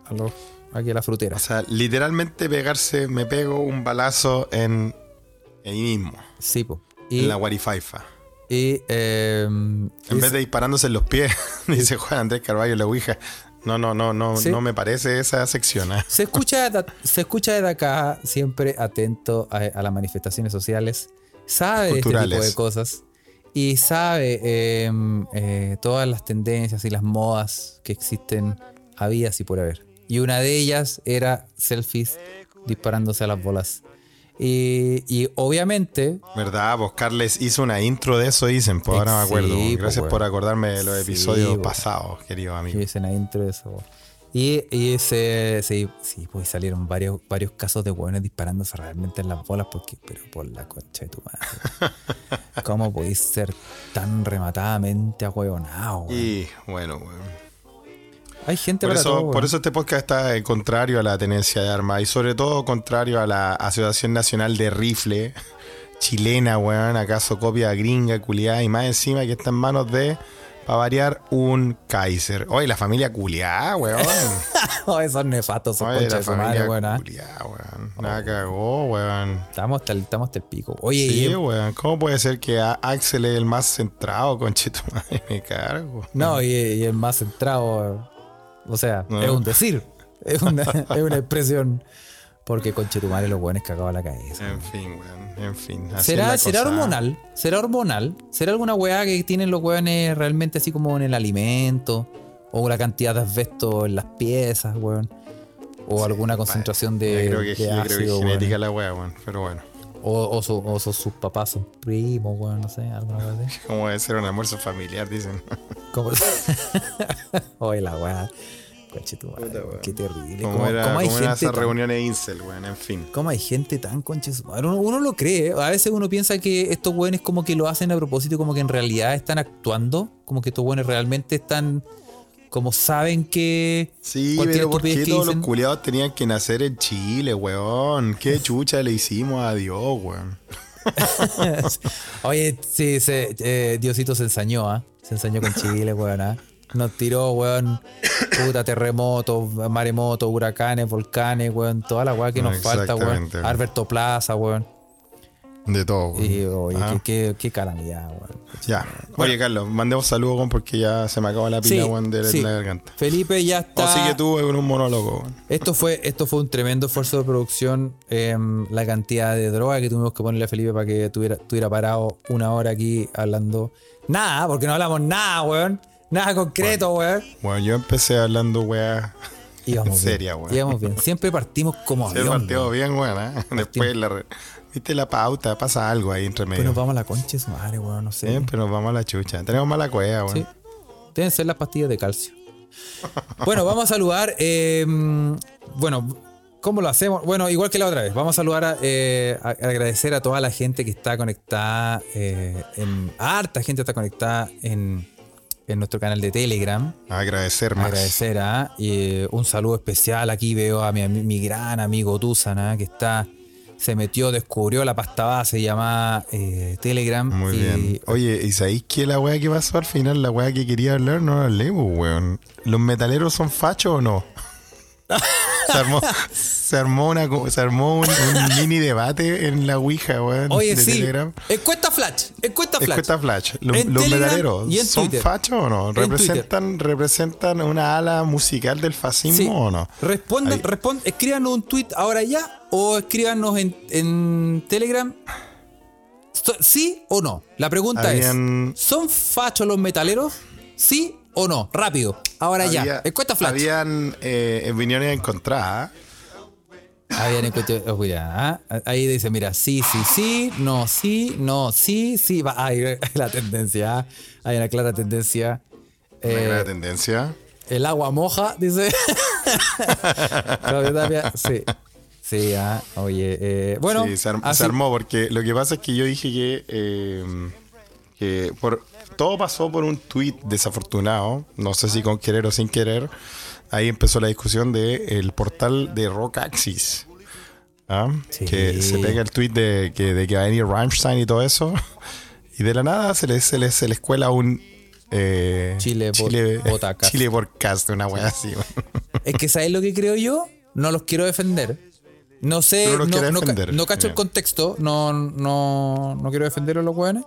[SPEAKER 2] A los. Aquí a la frutera.
[SPEAKER 1] O sea, literalmente pegarse, me pego un balazo en ahí mismo,
[SPEAKER 2] Sí, po. Y,
[SPEAKER 1] en la guarifaifa.
[SPEAKER 2] y, eh,
[SPEAKER 1] En
[SPEAKER 2] y- em,
[SPEAKER 1] vez de disparándose en los pies, dice Juan Andrés Carballo en la Ouija, No, no, no, no,
[SPEAKER 2] ¿Sí?
[SPEAKER 1] no me parece esa sección. ¿eh?
[SPEAKER 2] Se escucha, de- se escucha desde acá, siempre atento a, a las manifestaciones sociales, sabe de este tipo
[SPEAKER 1] Culturales.
[SPEAKER 2] de cosas y sabe eh, eh, todas las tendencias y las modas que existen habidas y por haber. Y una de ellas era selfies disparándose a las bolas. Y, y obviamente,
[SPEAKER 1] ¿Verdad? Pues Carles hizo una intro de eso, dicen, pues ahora me
[SPEAKER 2] Sí,
[SPEAKER 1] acuerdo.
[SPEAKER 2] pues,
[SPEAKER 1] Gracias
[SPEAKER 2] weón.
[SPEAKER 1] por acordarme de los
[SPEAKER 2] Sí, pues.
[SPEAKER 1] episodios
[SPEAKER 2] weón.
[SPEAKER 1] pasados, querido
[SPEAKER 2] que
[SPEAKER 1] amigo.
[SPEAKER 2] dicen adentro de eso. Y, y ese, sí, sí, pues salieron varios, varios casos de hueones disparándose realmente en las bolas, porque, pero por la concha de tu madre. ¿Cómo podéis ser tan rematadamente ahueonado? pues, weón?
[SPEAKER 1] Y bueno, weón.
[SPEAKER 2] Hay gente
[SPEAKER 1] Por
[SPEAKER 2] para todo,
[SPEAKER 1] eso, por
[SPEAKER 2] weón.
[SPEAKER 1] eso este podcast está eh, contrario a la tenencia de armas y sobre todo contrario a la Asociación Nacional de Rifle chilena, weón, acaso copia gringa, culiada y más encima que está en manos de, para variar, un Kaiser. Oye, la familia culiada, weón.
[SPEAKER 2] Oh, esos nefastos, esos
[SPEAKER 1] Oye,
[SPEAKER 2] conchas
[SPEAKER 1] la
[SPEAKER 2] de su madre,
[SPEAKER 1] familia
[SPEAKER 2] weón, ah.
[SPEAKER 1] culiada, weón. La cagó, weón.
[SPEAKER 2] Estamos hasta, el- estamos hasta el pico. Oye, y-
[SPEAKER 1] Sí, weón. ¿Cómo puede ser que a- Axel es el más centrado, conchetumadre? Me cargo.
[SPEAKER 2] no, y, y el más centrado, o sea,
[SPEAKER 1] No.
[SPEAKER 2] es un decir, es una, es una expresión. Porque conche tu madre los hueones cagaban la cabeza.
[SPEAKER 1] En fin, weón. En fin. así es
[SPEAKER 2] ¿Será,
[SPEAKER 1] la
[SPEAKER 2] ¿Será
[SPEAKER 1] cosa.
[SPEAKER 2] hormonal? ¿Será hormonal? ¿Será alguna weá que tienen los weones realmente así como en el alimento? ¿O la cantidad de asbesto en las piezas, weón? ¿O alguna concentración de,
[SPEAKER 1] yo creo que, yo
[SPEAKER 2] Eh, de
[SPEAKER 1] creo que
[SPEAKER 2] ácido,
[SPEAKER 1] es
[SPEAKER 2] weón.
[SPEAKER 1] genética la wea, weón. Pero bueno,
[SPEAKER 2] O, o su- o su- sus papás son primos, weón, no sé, alguna weá así.
[SPEAKER 1] como debe ser un almuerzo familiar, dicen.
[SPEAKER 2] Como- Oye, la weá. Coche tu madre,
[SPEAKER 1] Puta, weón.
[SPEAKER 2] qué terrible.
[SPEAKER 1] Como
[SPEAKER 2] ¿Cómo,
[SPEAKER 1] era,
[SPEAKER 2] cómo hay
[SPEAKER 1] como eran
[SPEAKER 2] gente
[SPEAKER 1] esas
[SPEAKER 2] tan-
[SPEAKER 1] reuniones incel, weón. En fin.
[SPEAKER 2] ¿Cómo hay gente tan concha de su madre? Uno, uno lo cree. ¿eh? A veces uno piensa que estos güeyes como que lo hacen a propósito, como que en realidad están actuando. Como que estos güeyes realmente están. Como saben que.
[SPEAKER 1] Sí,
[SPEAKER 2] cualquier
[SPEAKER 1] pero ¿por
[SPEAKER 2] estupidez
[SPEAKER 1] qué
[SPEAKER 2] que
[SPEAKER 1] todos los
[SPEAKER 2] dicen-
[SPEAKER 1] culiados tenían que nacer en Chile, weón? ¿Qué chucha le hicimos a Dios, weón?
[SPEAKER 2] Oye, sí, se- eh, Diosito se ensañó, ¿ah? Se ensañó con Chile, weón, ¿ah? Nos tiró, weón, puta, terremotos, maremotos, huracanes, volcanes, weón, toda la weá que nos falta, weón.
[SPEAKER 1] Ah, Exactamente.
[SPEAKER 2] Alberto Plaza, weón.
[SPEAKER 1] De todo, weón.
[SPEAKER 2] Y, oye,
[SPEAKER 1] Ah,
[SPEAKER 2] qué, qué, qué calamidad, weón.
[SPEAKER 1] Ya. Oye, Carlos, mandemos saludos, weón, porque ya se me acaba la pila,
[SPEAKER 2] Sí,
[SPEAKER 1] weón, de
[SPEAKER 2] sí.
[SPEAKER 1] la garganta.
[SPEAKER 2] Felipe ya está.
[SPEAKER 1] O que Oh, tú, weón, un monólogo, weón.
[SPEAKER 2] Esto fue, esto fue un tremendo esfuerzo de producción. em, la cantidad de droga que tuvimos que ponerle a Felipe para que tuviera, estuviera parado una hora aquí hablando. Nada, porque no hablamos nada, weón. Nada concreto, weón.
[SPEAKER 1] Bueno, yo empecé hablando, weón.
[SPEAKER 2] Íbamos
[SPEAKER 1] En serio,
[SPEAKER 2] bien.
[SPEAKER 1] weón.
[SPEAKER 2] Íbamos bien. Siempre partimos como
[SPEAKER 1] Se
[SPEAKER 2] avión.
[SPEAKER 1] partió
[SPEAKER 2] weón.
[SPEAKER 1] bien, weón, ¿eh? Después, la, re- viste la pauta, pasa algo ahí entre
[SPEAKER 2] Después
[SPEAKER 1] medio.
[SPEAKER 2] nos vamos a la concha de su madre, weón. No sé.
[SPEAKER 1] Siempre nos vamos a la chucha. Tenemos mala cueva, weón.
[SPEAKER 2] Sí. Deben ser las pastillas de calcio. Bueno, vamos a saludar. eh, bueno, ¿cómo lo hacemos? Bueno, igual que la otra vez, vamos a saludar a, eh, a- a agradecer a toda la gente que está conectada. eh, en, harta gente está conectada en, en nuestro canal de Telegram.
[SPEAKER 1] Agradecer más.
[SPEAKER 2] Agradecer a. y, eh, un saludo especial. Aquí veo a mi, ami- mi gran amigo Tuzana, que está. Se metió, descubrió la pasta base llamada eh, Telegram.
[SPEAKER 1] Muy
[SPEAKER 2] y-
[SPEAKER 1] bien. Oye, ¿y sabéis que la weá que pasó al final, la weá que quería hablar, no la hablé, pues, weón? ¿Los metaleros son fachos o no? se, armó, se armó una co- se armó un, un mini debate en la Ouija, weón.
[SPEAKER 2] Oye,
[SPEAKER 1] de
[SPEAKER 2] sí.
[SPEAKER 1] Telegram.
[SPEAKER 2] Encuesta Flash. Encuesta Flash.
[SPEAKER 1] Escueta Flash. ¿Los,
[SPEAKER 2] En
[SPEAKER 1] los
[SPEAKER 2] Telegram
[SPEAKER 1] metaleros
[SPEAKER 2] y en
[SPEAKER 1] son
[SPEAKER 2] Twitter.
[SPEAKER 1] fachos o no?
[SPEAKER 2] En Twitter.
[SPEAKER 1] ¿Representan, ¿Representan una ala musical del fascismo
[SPEAKER 2] Sí.
[SPEAKER 1] o no?
[SPEAKER 2] Respondan,
[SPEAKER 1] Ahí.
[SPEAKER 2] respond- escríbanos un tweet ahora ya o escríbanos en, en Telegram. So- ¿Sí o no? La pregunta
[SPEAKER 1] Habían-
[SPEAKER 2] es: ¿son fachos los metaleros? ¿Sí o no? Rápido, ahora ya.
[SPEAKER 1] Había-
[SPEAKER 2] Encuesta Flash.
[SPEAKER 1] Habían eh, opiniones encontradas.
[SPEAKER 2] Habían encuesta. oh, mira, ah, Ahí dice: mira, sí, sí, sí, no, sí, no, sí, sí. Va. ah, Hay la tendencia, ah, hay una clara tendencia.
[SPEAKER 1] Una
[SPEAKER 2] Eh,
[SPEAKER 1] gran tendencia.
[SPEAKER 2] El agua moja, dice. Claudio Tapia, sí. Sí, ah, oye. eh, bueno,
[SPEAKER 1] Sí, se, arm-
[SPEAKER 2] así-
[SPEAKER 1] se armó porque lo que pasa es que yo dije que, eh, que por, todo pasó por un tweet desafortunado, no sé si con querer o sin querer. Ahí empezó la discusión del el portal de Rock Axis. ¿ah?
[SPEAKER 2] Sí.
[SPEAKER 1] Que se pega el tweet de que, de que va a venir Rammstein y todo eso. Y de la nada se les, se les, se les cuela un. eh,
[SPEAKER 2] Chile por-
[SPEAKER 1] Chile,
[SPEAKER 2] botacas.
[SPEAKER 1] Chile podcast, una wea así. weón.
[SPEAKER 2] Es que ¿sabes lo que creo yo? No los quiero defender. No sé,
[SPEAKER 1] No
[SPEAKER 2] no,
[SPEAKER 1] los quiere
[SPEAKER 2] no ca-
[SPEAKER 1] defender.
[SPEAKER 2] no cacho el
[SPEAKER 1] Bien.
[SPEAKER 2] contexto, no, no, no quiero defender a los hueones,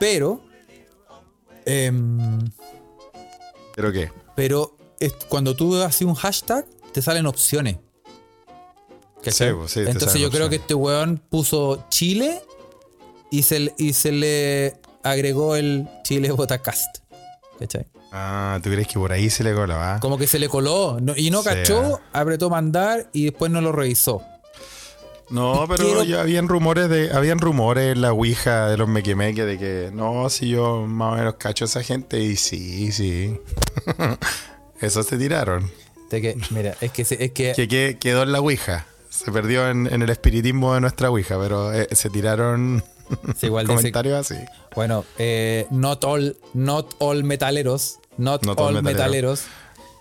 [SPEAKER 2] pero... em,
[SPEAKER 1] Pero qué.
[SPEAKER 2] pero es- cuando tú haces un hashtag, te salen opciones. ¿Cachai?
[SPEAKER 1] Sí, pues, sí, te
[SPEAKER 2] Entonces
[SPEAKER 1] salen
[SPEAKER 2] yo creo
[SPEAKER 1] opciones.
[SPEAKER 2] que este weón puso Chile y se, le- y se le agregó el Chile Botacast. ¿Cachai?
[SPEAKER 1] Ah, ¿tú crees que por ahí se le coló, ah?
[SPEAKER 2] Como que se le coló no- y no
[SPEAKER 1] Sí.
[SPEAKER 2] cachó, apretó mandar y después no lo revisó.
[SPEAKER 1] No, pero
[SPEAKER 2] Quiero-
[SPEAKER 1] ya habían rumores de, habían rumores en la Ouija de los mequemeques de que no, si yo más o menos cacho a esa gente y sí, sí. Eso se tiraron.
[SPEAKER 2] De que, mira, es que, se- es que
[SPEAKER 1] Que, que- quedó en la Ouija. Se perdió en, en el espiritismo de nuestra Ouija, pero eh, se tiraron
[SPEAKER 2] se igual dice-
[SPEAKER 1] comentarios así.
[SPEAKER 2] Bueno, eh, not all, not all metaleros, not,
[SPEAKER 1] Not all
[SPEAKER 2] all metaleros,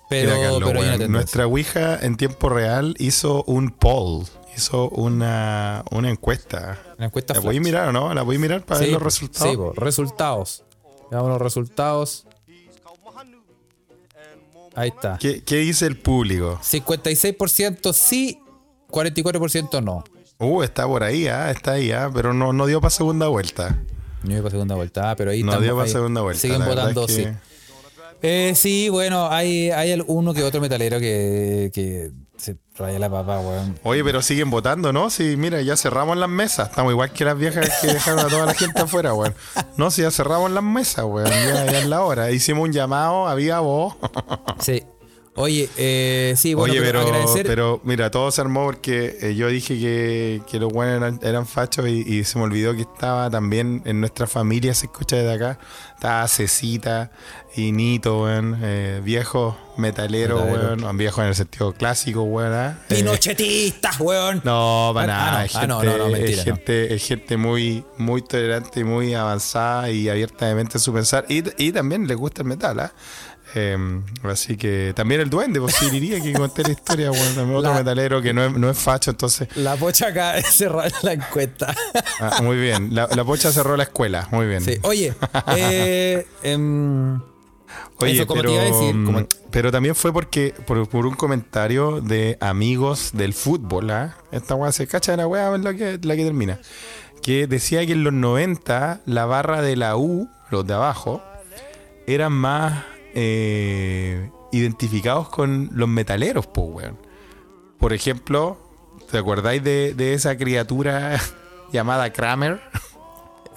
[SPEAKER 2] pero,
[SPEAKER 1] Mira, Carlos,
[SPEAKER 2] pero hay una
[SPEAKER 1] weón,
[SPEAKER 2] tendencia.
[SPEAKER 1] nuestra Ouija en tiempo real hizo un poll, hizo una, una encuesta.
[SPEAKER 2] Una encuesta
[SPEAKER 1] ¿La voy a
[SPEAKER 2] flash.
[SPEAKER 1] mirar o no? ¿La voy a mirar para
[SPEAKER 2] Sí,
[SPEAKER 1] ver los
[SPEAKER 2] po,
[SPEAKER 1] resultados?
[SPEAKER 2] sí, po, resultados. Veamos los resultados. Ahí está.
[SPEAKER 1] ¿Qué, ¿Qué dice el público?
[SPEAKER 2] 56% sí, 44% no.
[SPEAKER 1] Uh, está por ahí, ah, está ahí, ah, pero no, no dio para segunda vuelta.
[SPEAKER 2] No dio para segunda vuelta, ah, pero ahí
[SPEAKER 1] No
[SPEAKER 2] estamos-
[SPEAKER 1] dio para
[SPEAKER 2] ahí
[SPEAKER 1] segunda vuelta.
[SPEAKER 2] Siguen
[SPEAKER 1] la verdad
[SPEAKER 2] votando
[SPEAKER 1] es
[SPEAKER 2] sí.
[SPEAKER 1] que-
[SPEAKER 2] Eh, sí, bueno, hay, hay el- uno que otro metalero que, que se raya la papa, weón.
[SPEAKER 1] Oye, pero siguen votando, ¿no? Sí, mira, ya cerramos las mesas. Estamos igual que las viejas que dejaron a toda la gente afuera, weón. No, sí, ya cerramos las mesas, weón. Ya, ya es la hora. Hicimos un llamado, había voz.
[SPEAKER 2] Sí. Oye, eh, sí, bueno,
[SPEAKER 1] Oye, pero,
[SPEAKER 2] agradecer.
[SPEAKER 1] pero mira, todo se armó porque eh, yo dije que, que los buenos eran, eran fachos y, y se me olvidó que estaba también en nuestra familia, se escucha desde acá. Estaba Cecita y Nito, weón, eh, viejos metaleros,
[SPEAKER 2] Metalero.
[SPEAKER 1] weón, viejos en el sentido clásico, weón. ¿ah? Eh,
[SPEAKER 2] Pinochetistas, weón.
[SPEAKER 1] no, para
[SPEAKER 2] Ah,
[SPEAKER 1] nada.
[SPEAKER 2] no.
[SPEAKER 1] es
[SPEAKER 2] Ah,
[SPEAKER 1] gente,
[SPEAKER 2] no, no, no, mentira,
[SPEAKER 1] es gente, es gente muy, muy tolerante, y muy avanzada y abierta de mente a su pensar. Y, y también les gusta el metal, ¿ah? Em, así que también el duende, pues sí, diría que conté la historia, bueno, también otro
[SPEAKER 2] La-
[SPEAKER 1] metalero que no es, no es facho, entonces.
[SPEAKER 2] La pocha acá de cerrar la encuesta.
[SPEAKER 1] ah, muy bien. La, la pocha cerró la escuela, muy bien.
[SPEAKER 2] Sí. Oye, eh, em,
[SPEAKER 1] Oye,
[SPEAKER 2] Eso, como te
[SPEAKER 1] pero,
[SPEAKER 2] iba a decir, como-
[SPEAKER 1] mm, pero también fue porque por, por un comentario de amigos del fútbol, ¿ah? Esta weá se cacha de la weá, es la que, la que termina. Que decía que en los 90 la barra de la U, los de abajo, eran más eh, identificados con los metaleros, pues, weón. Por ejemplo, ¿te acordáis de, de esa criatura llamada Kramer?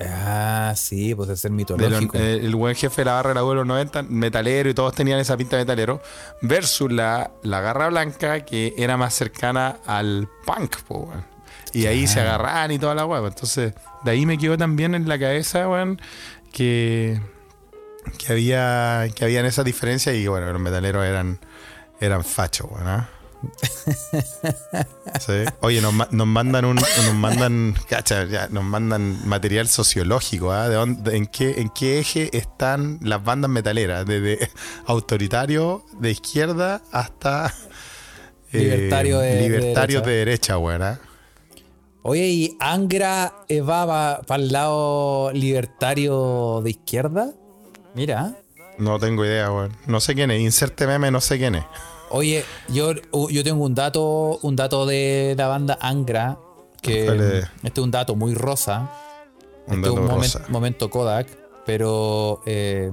[SPEAKER 2] ah, sí, pues es ser
[SPEAKER 1] de los-
[SPEAKER 2] mitológico.
[SPEAKER 1] eh, el, el buen jefe de la barra de la U de los 90, metalero, y todos tenían esa pinta de metalero, versus la, la garra blanca, que era más cercana al punk, po, weón. Y ahí se agarraban y toda la hueá. Entonces, de ahí me quedó también en la cabeza, weón, que, que había que habían esas diferencias y bueno, los metaleros eran, eran fachos, weón. ¿ah? Sí. Oye, nos, ma- nos mandan un, nos mandan, cacha, ya, nos mandan material sociológico, ¿ah? ¿De dónde- en, qué, ¿En qué eje están las bandas metaleras? Desde autoritario de izquierda hasta
[SPEAKER 2] Libertario de- de
[SPEAKER 1] libertarios
[SPEAKER 2] derecha.
[SPEAKER 1] de derecha, weón. ¿ah?
[SPEAKER 2] Oye, ¿y Angra eh, va para el lado libertario de izquierda? Mira.
[SPEAKER 1] No tengo idea, weón. No sé quién es. Inserte meme, no sé quién es.
[SPEAKER 2] Oye, yo, yo tengo un dato, un dato de la banda Angra, que
[SPEAKER 1] ¿Cuál es?
[SPEAKER 2] este es un dato muy rosa.
[SPEAKER 1] Un
[SPEAKER 2] Este es
[SPEAKER 1] dato
[SPEAKER 2] un momen-
[SPEAKER 1] rosa.
[SPEAKER 2] momento Kodak, pero eh,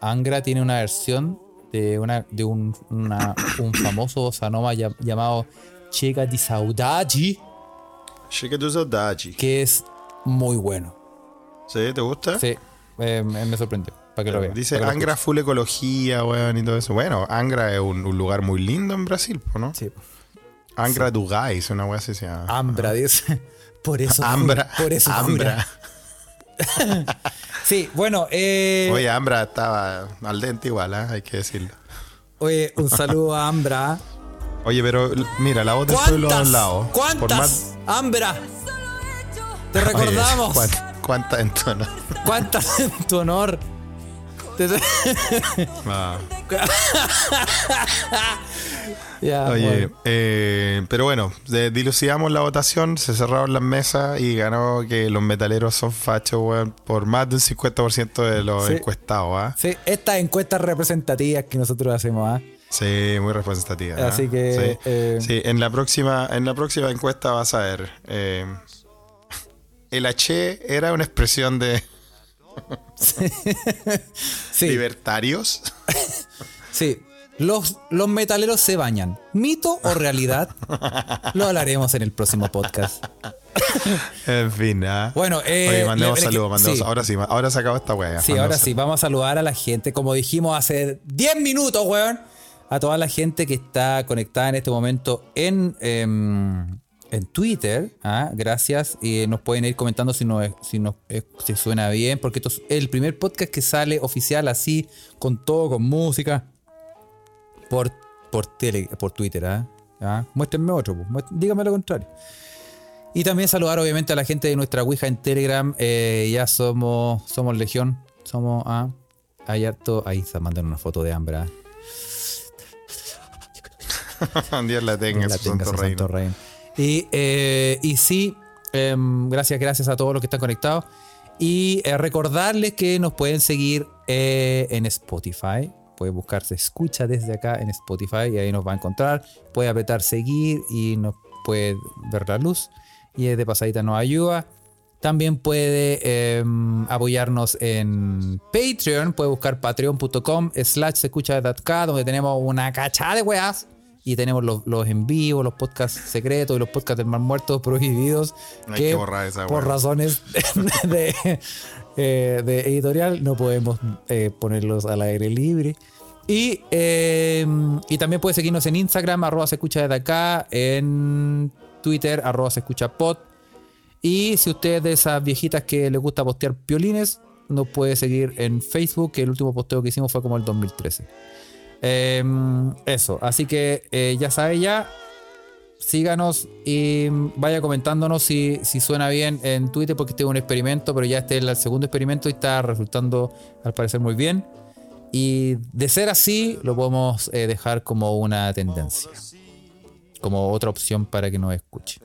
[SPEAKER 2] Angra tiene una versión de, una, de un, una- un famoso bossa nova llam- llamado Chega di Saudade,
[SPEAKER 1] Chica tu saudade.
[SPEAKER 2] que es muy bueno.
[SPEAKER 1] ¿Sí? ¿Te gusta?
[SPEAKER 2] Sí, eh, me me sorprendió, para que lo vean.
[SPEAKER 1] ¿Ah? Dice
[SPEAKER 2] para que lo
[SPEAKER 1] Angra full ecología, weón, y todo eso. Bueno, Angra es un, un lugar muy lindo en Brasil, po, ¿no?
[SPEAKER 2] escuchen. Sí.
[SPEAKER 1] Angra Dugais, una weá así se llama.
[SPEAKER 2] Ambra, dice. Por eso. jura,
[SPEAKER 1] Ambra.
[SPEAKER 2] Por eso. jura.
[SPEAKER 1] Ambra.
[SPEAKER 2] Sí, bueno, eh,
[SPEAKER 1] Oye, Ambra estaba al dente igual, ¿ah? hay que decirlo.
[SPEAKER 2] oye, un saludo a Ambra.
[SPEAKER 1] Oye, pero l- mira, la voz del pueblo de
[SPEAKER 2] ¿Cuántas?
[SPEAKER 1] al lado.
[SPEAKER 2] ¿Cuántas? Ambra. Te recordamos.
[SPEAKER 1] ¿Cuántas en tono?
[SPEAKER 2] ¿Cuántas en tu honor? Te-
[SPEAKER 1] Ah.
[SPEAKER 2] Ya,
[SPEAKER 1] Oye,
[SPEAKER 2] Ah, bueno.
[SPEAKER 1] eh, pero bueno, de- dilucidamos la votación, se cerraron las mesas y ganó que los metaleros son fachos, weón, por más de un 50% de los
[SPEAKER 2] Sí.
[SPEAKER 1] encuestados, ¿ah?
[SPEAKER 2] Sí, estas encuestas representativas que nosotros hacemos, ¿ah?
[SPEAKER 1] Sí, muy representativa. ¿eh?
[SPEAKER 2] Así que,
[SPEAKER 1] Sí.
[SPEAKER 2] eh,
[SPEAKER 1] Sí, en la próxima, en la próxima encuesta vas a ver. eh, el H era una expresión de
[SPEAKER 2] Sí,
[SPEAKER 1] libertarios.
[SPEAKER 2] sí. Los, los metaleros se bañan. ¿Mito o realidad? Lo hablaremos en el próximo podcast.
[SPEAKER 1] En fin, ah.
[SPEAKER 2] Bueno, eh,
[SPEAKER 1] Oye, mandemos
[SPEAKER 2] le- le-
[SPEAKER 1] saludos, mandemos-
[SPEAKER 2] sí.
[SPEAKER 1] Ahora sí, ma- ahora se acabó esta wea.
[SPEAKER 2] Sí, ahora sí, vamos a saludar a la gente, como dijimos hace 10 minutos, weón, a toda la gente que está conectada en este momento en, em, en Twitter. Ah, Gracias. Y nos pueden ir comentando si nos, si nos eh, si suena bien, porque esto es el primer podcast que sale oficial así, con todo, con música, por, por, tele, por Twitter. ¿ah? ¿Ah? Muéstrenme otro, pues, muest- díganme lo contrario. Y también saludar obviamente a la gente de nuestra Ouija en Telegram. Eh, ya somos somos Legión. Somos a... hay harto... Ahí está mandando una foto de Ambra.
[SPEAKER 1] Dios la tenga,
[SPEAKER 2] la
[SPEAKER 1] su santo
[SPEAKER 2] tengas,
[SPEAKER 1] reino.
[SPEAKER 2] santo reino. Y, eh, y sí, em, gracias, gracias a todos los que están conectados. Y eh, recordarles que nos pueden seguir eh, en Spotify. Pueden buscarse Escucha desde acá en Spotify y ahí nos va a encontrar. Puede apretar seguir y nos puede ver la luz. Y eh, de pasadita nos ayuda. También puede em, apoyarnos en Patreon. Puede buscar patreon.com slash escucha desde acá, donde tenemos una cachada de weas. Y tenemos los, los en vivo, los podcasts secretos y los podcasts del mar muerto prohibidos.
[SPEAKER 1] Hay que borrar esa
[SPEAKER 2] por
[SPEAKER 1] wea.
[SPEAKER 2] razones de, eh, de editorial no podemos eh, ponerlos al aire libre. Y, eh, y también puedes seguirnos en Instagram, arroba se escucha desde acá, en Twitter, arroba se escucha pod. Y si usted es de esas viejitas que le gusta postear piolines, nos puede seguir en Facebook, que el último posteo que hicimos fue como el 2013. Eh, eso, así que eh, ya sabe ya, síganos y vaya comentándonos si, si suena bien en Twitter, porque este es un experimento, pero ya este es el segundo experimento y está resultando al parecer muy bien. Y de ser así, lo podemos eh, dejar como una tendencia, como otra opción para que nos escuche.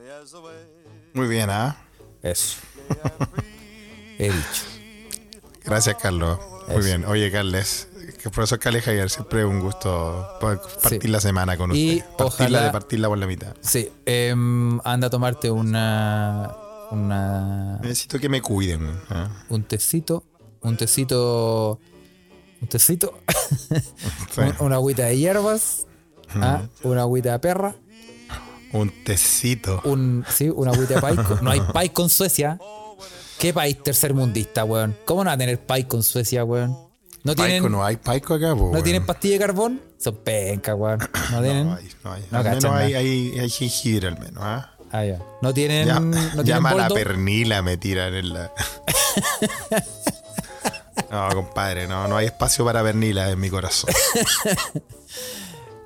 [SPEAKER 1] Muy bien, ¿ah?
[SPEAKER 2] Eso. He dicho.
[SPEAKER 1] Gracias, Carlos. Muy
[SPEAKER 2] Eso.
[SPEAKER 1] bien. Oye, Carles. que Profesor Carles Javier, siempre un gusto poder partir
[SPEAKER 2] Sí.
[SPEAKER 1] la semana con
[SPEAKER 2] Y
[SPEAKER 1] usted. Partirla
[SPEAKER 2] ojalá-
[SPEAKER 1] de partirla por la mitad.
[SPEAKER 2] Sí, em, anda a tomarte una, una
[SPEAKER 1] Necesito que me cuiden. ¿ah?
[SPEAKER 2] un tecito, un tecito, un tecito,
[SPEAKER 1] Sí.
[SPEAKER 2] un- una agüita de hierbas, ah, una agüita de perra,
[SPEAKER 1] Un tecito.
[SPEAKER 2] un sí, una agüita de paico. No hay paico en Suecia. ¿Qué país tercermundista, weón? ¿Cómo no va a tener paico en Suecia, weón? No tienen,
[SPEAKER 1] Paico, no hay paico acá, po,
[SPEAKER 2] no
[SPEAKER 1] weón.
[SPEAKER 2] tienen pastilla de carbón, son penca, weón. No tienen.
[SPEAKER 1] No hay, no hay.
[SPEAKER 2] No
[SPEAKER 1] al menos
[SPEAKER 2] cachan
[SPEAKER 1] hay,
[SPEAKER 2] nada.
[SPEAKER 1] hay, hay jengibre, al menos, ¿ah?
[SPEAKER 2] Ah, ya. No tienen,
[SPEAKER 1] Ya-
[SPEAKER 2] no tienen
[SPEAKER 1] llama a la
[SPEAKER 2] boldo.
[SPEAKER 1] pernila, me tiran en la. no, compadre, no, no hay espacio para pernila en mi corazón.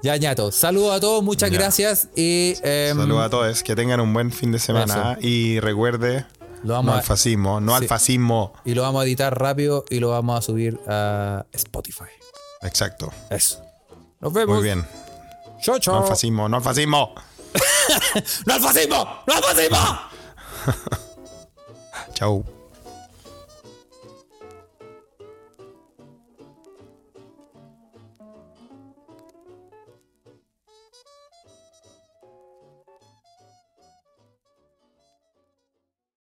[SPEAKER 2] Ya, ñato. Saludos a todos, muchas
[SPEAKER 1] Ya.
[SPEAKER 2] gracias. Y em,
[SPEAKER 1] Saludos a todos, que tengan un buen fin de semana
[SPEAKER 2] Eso.
[SPEAKER 1] ¿ah? y recuerde,
[SPEAKER 2] Lo vamos
[SPEAKER 1] no
[SPEAKER 2] a-
[SPEAKER 1] al fascismo, no al
[SPEAKER 2] Sí.
[SPEAKER 1] fascismo.
[SPEAKER 2] y lo vamos a editar rápido y lo vamos a subir a Spotify.
[SPEAKER 1] Exacto,
[SPEAKER 2] Eso. Nos vemos.
[SPEAKER 1] muy bien.
[SPEAKER 2] Chao, chao.
[SPEAKER 1] No al fascismo, no al fascismo.
[SPEAKER 2] ¡No al fascismo! ¡No al fascismo!
[SPEAKER 1] Chau.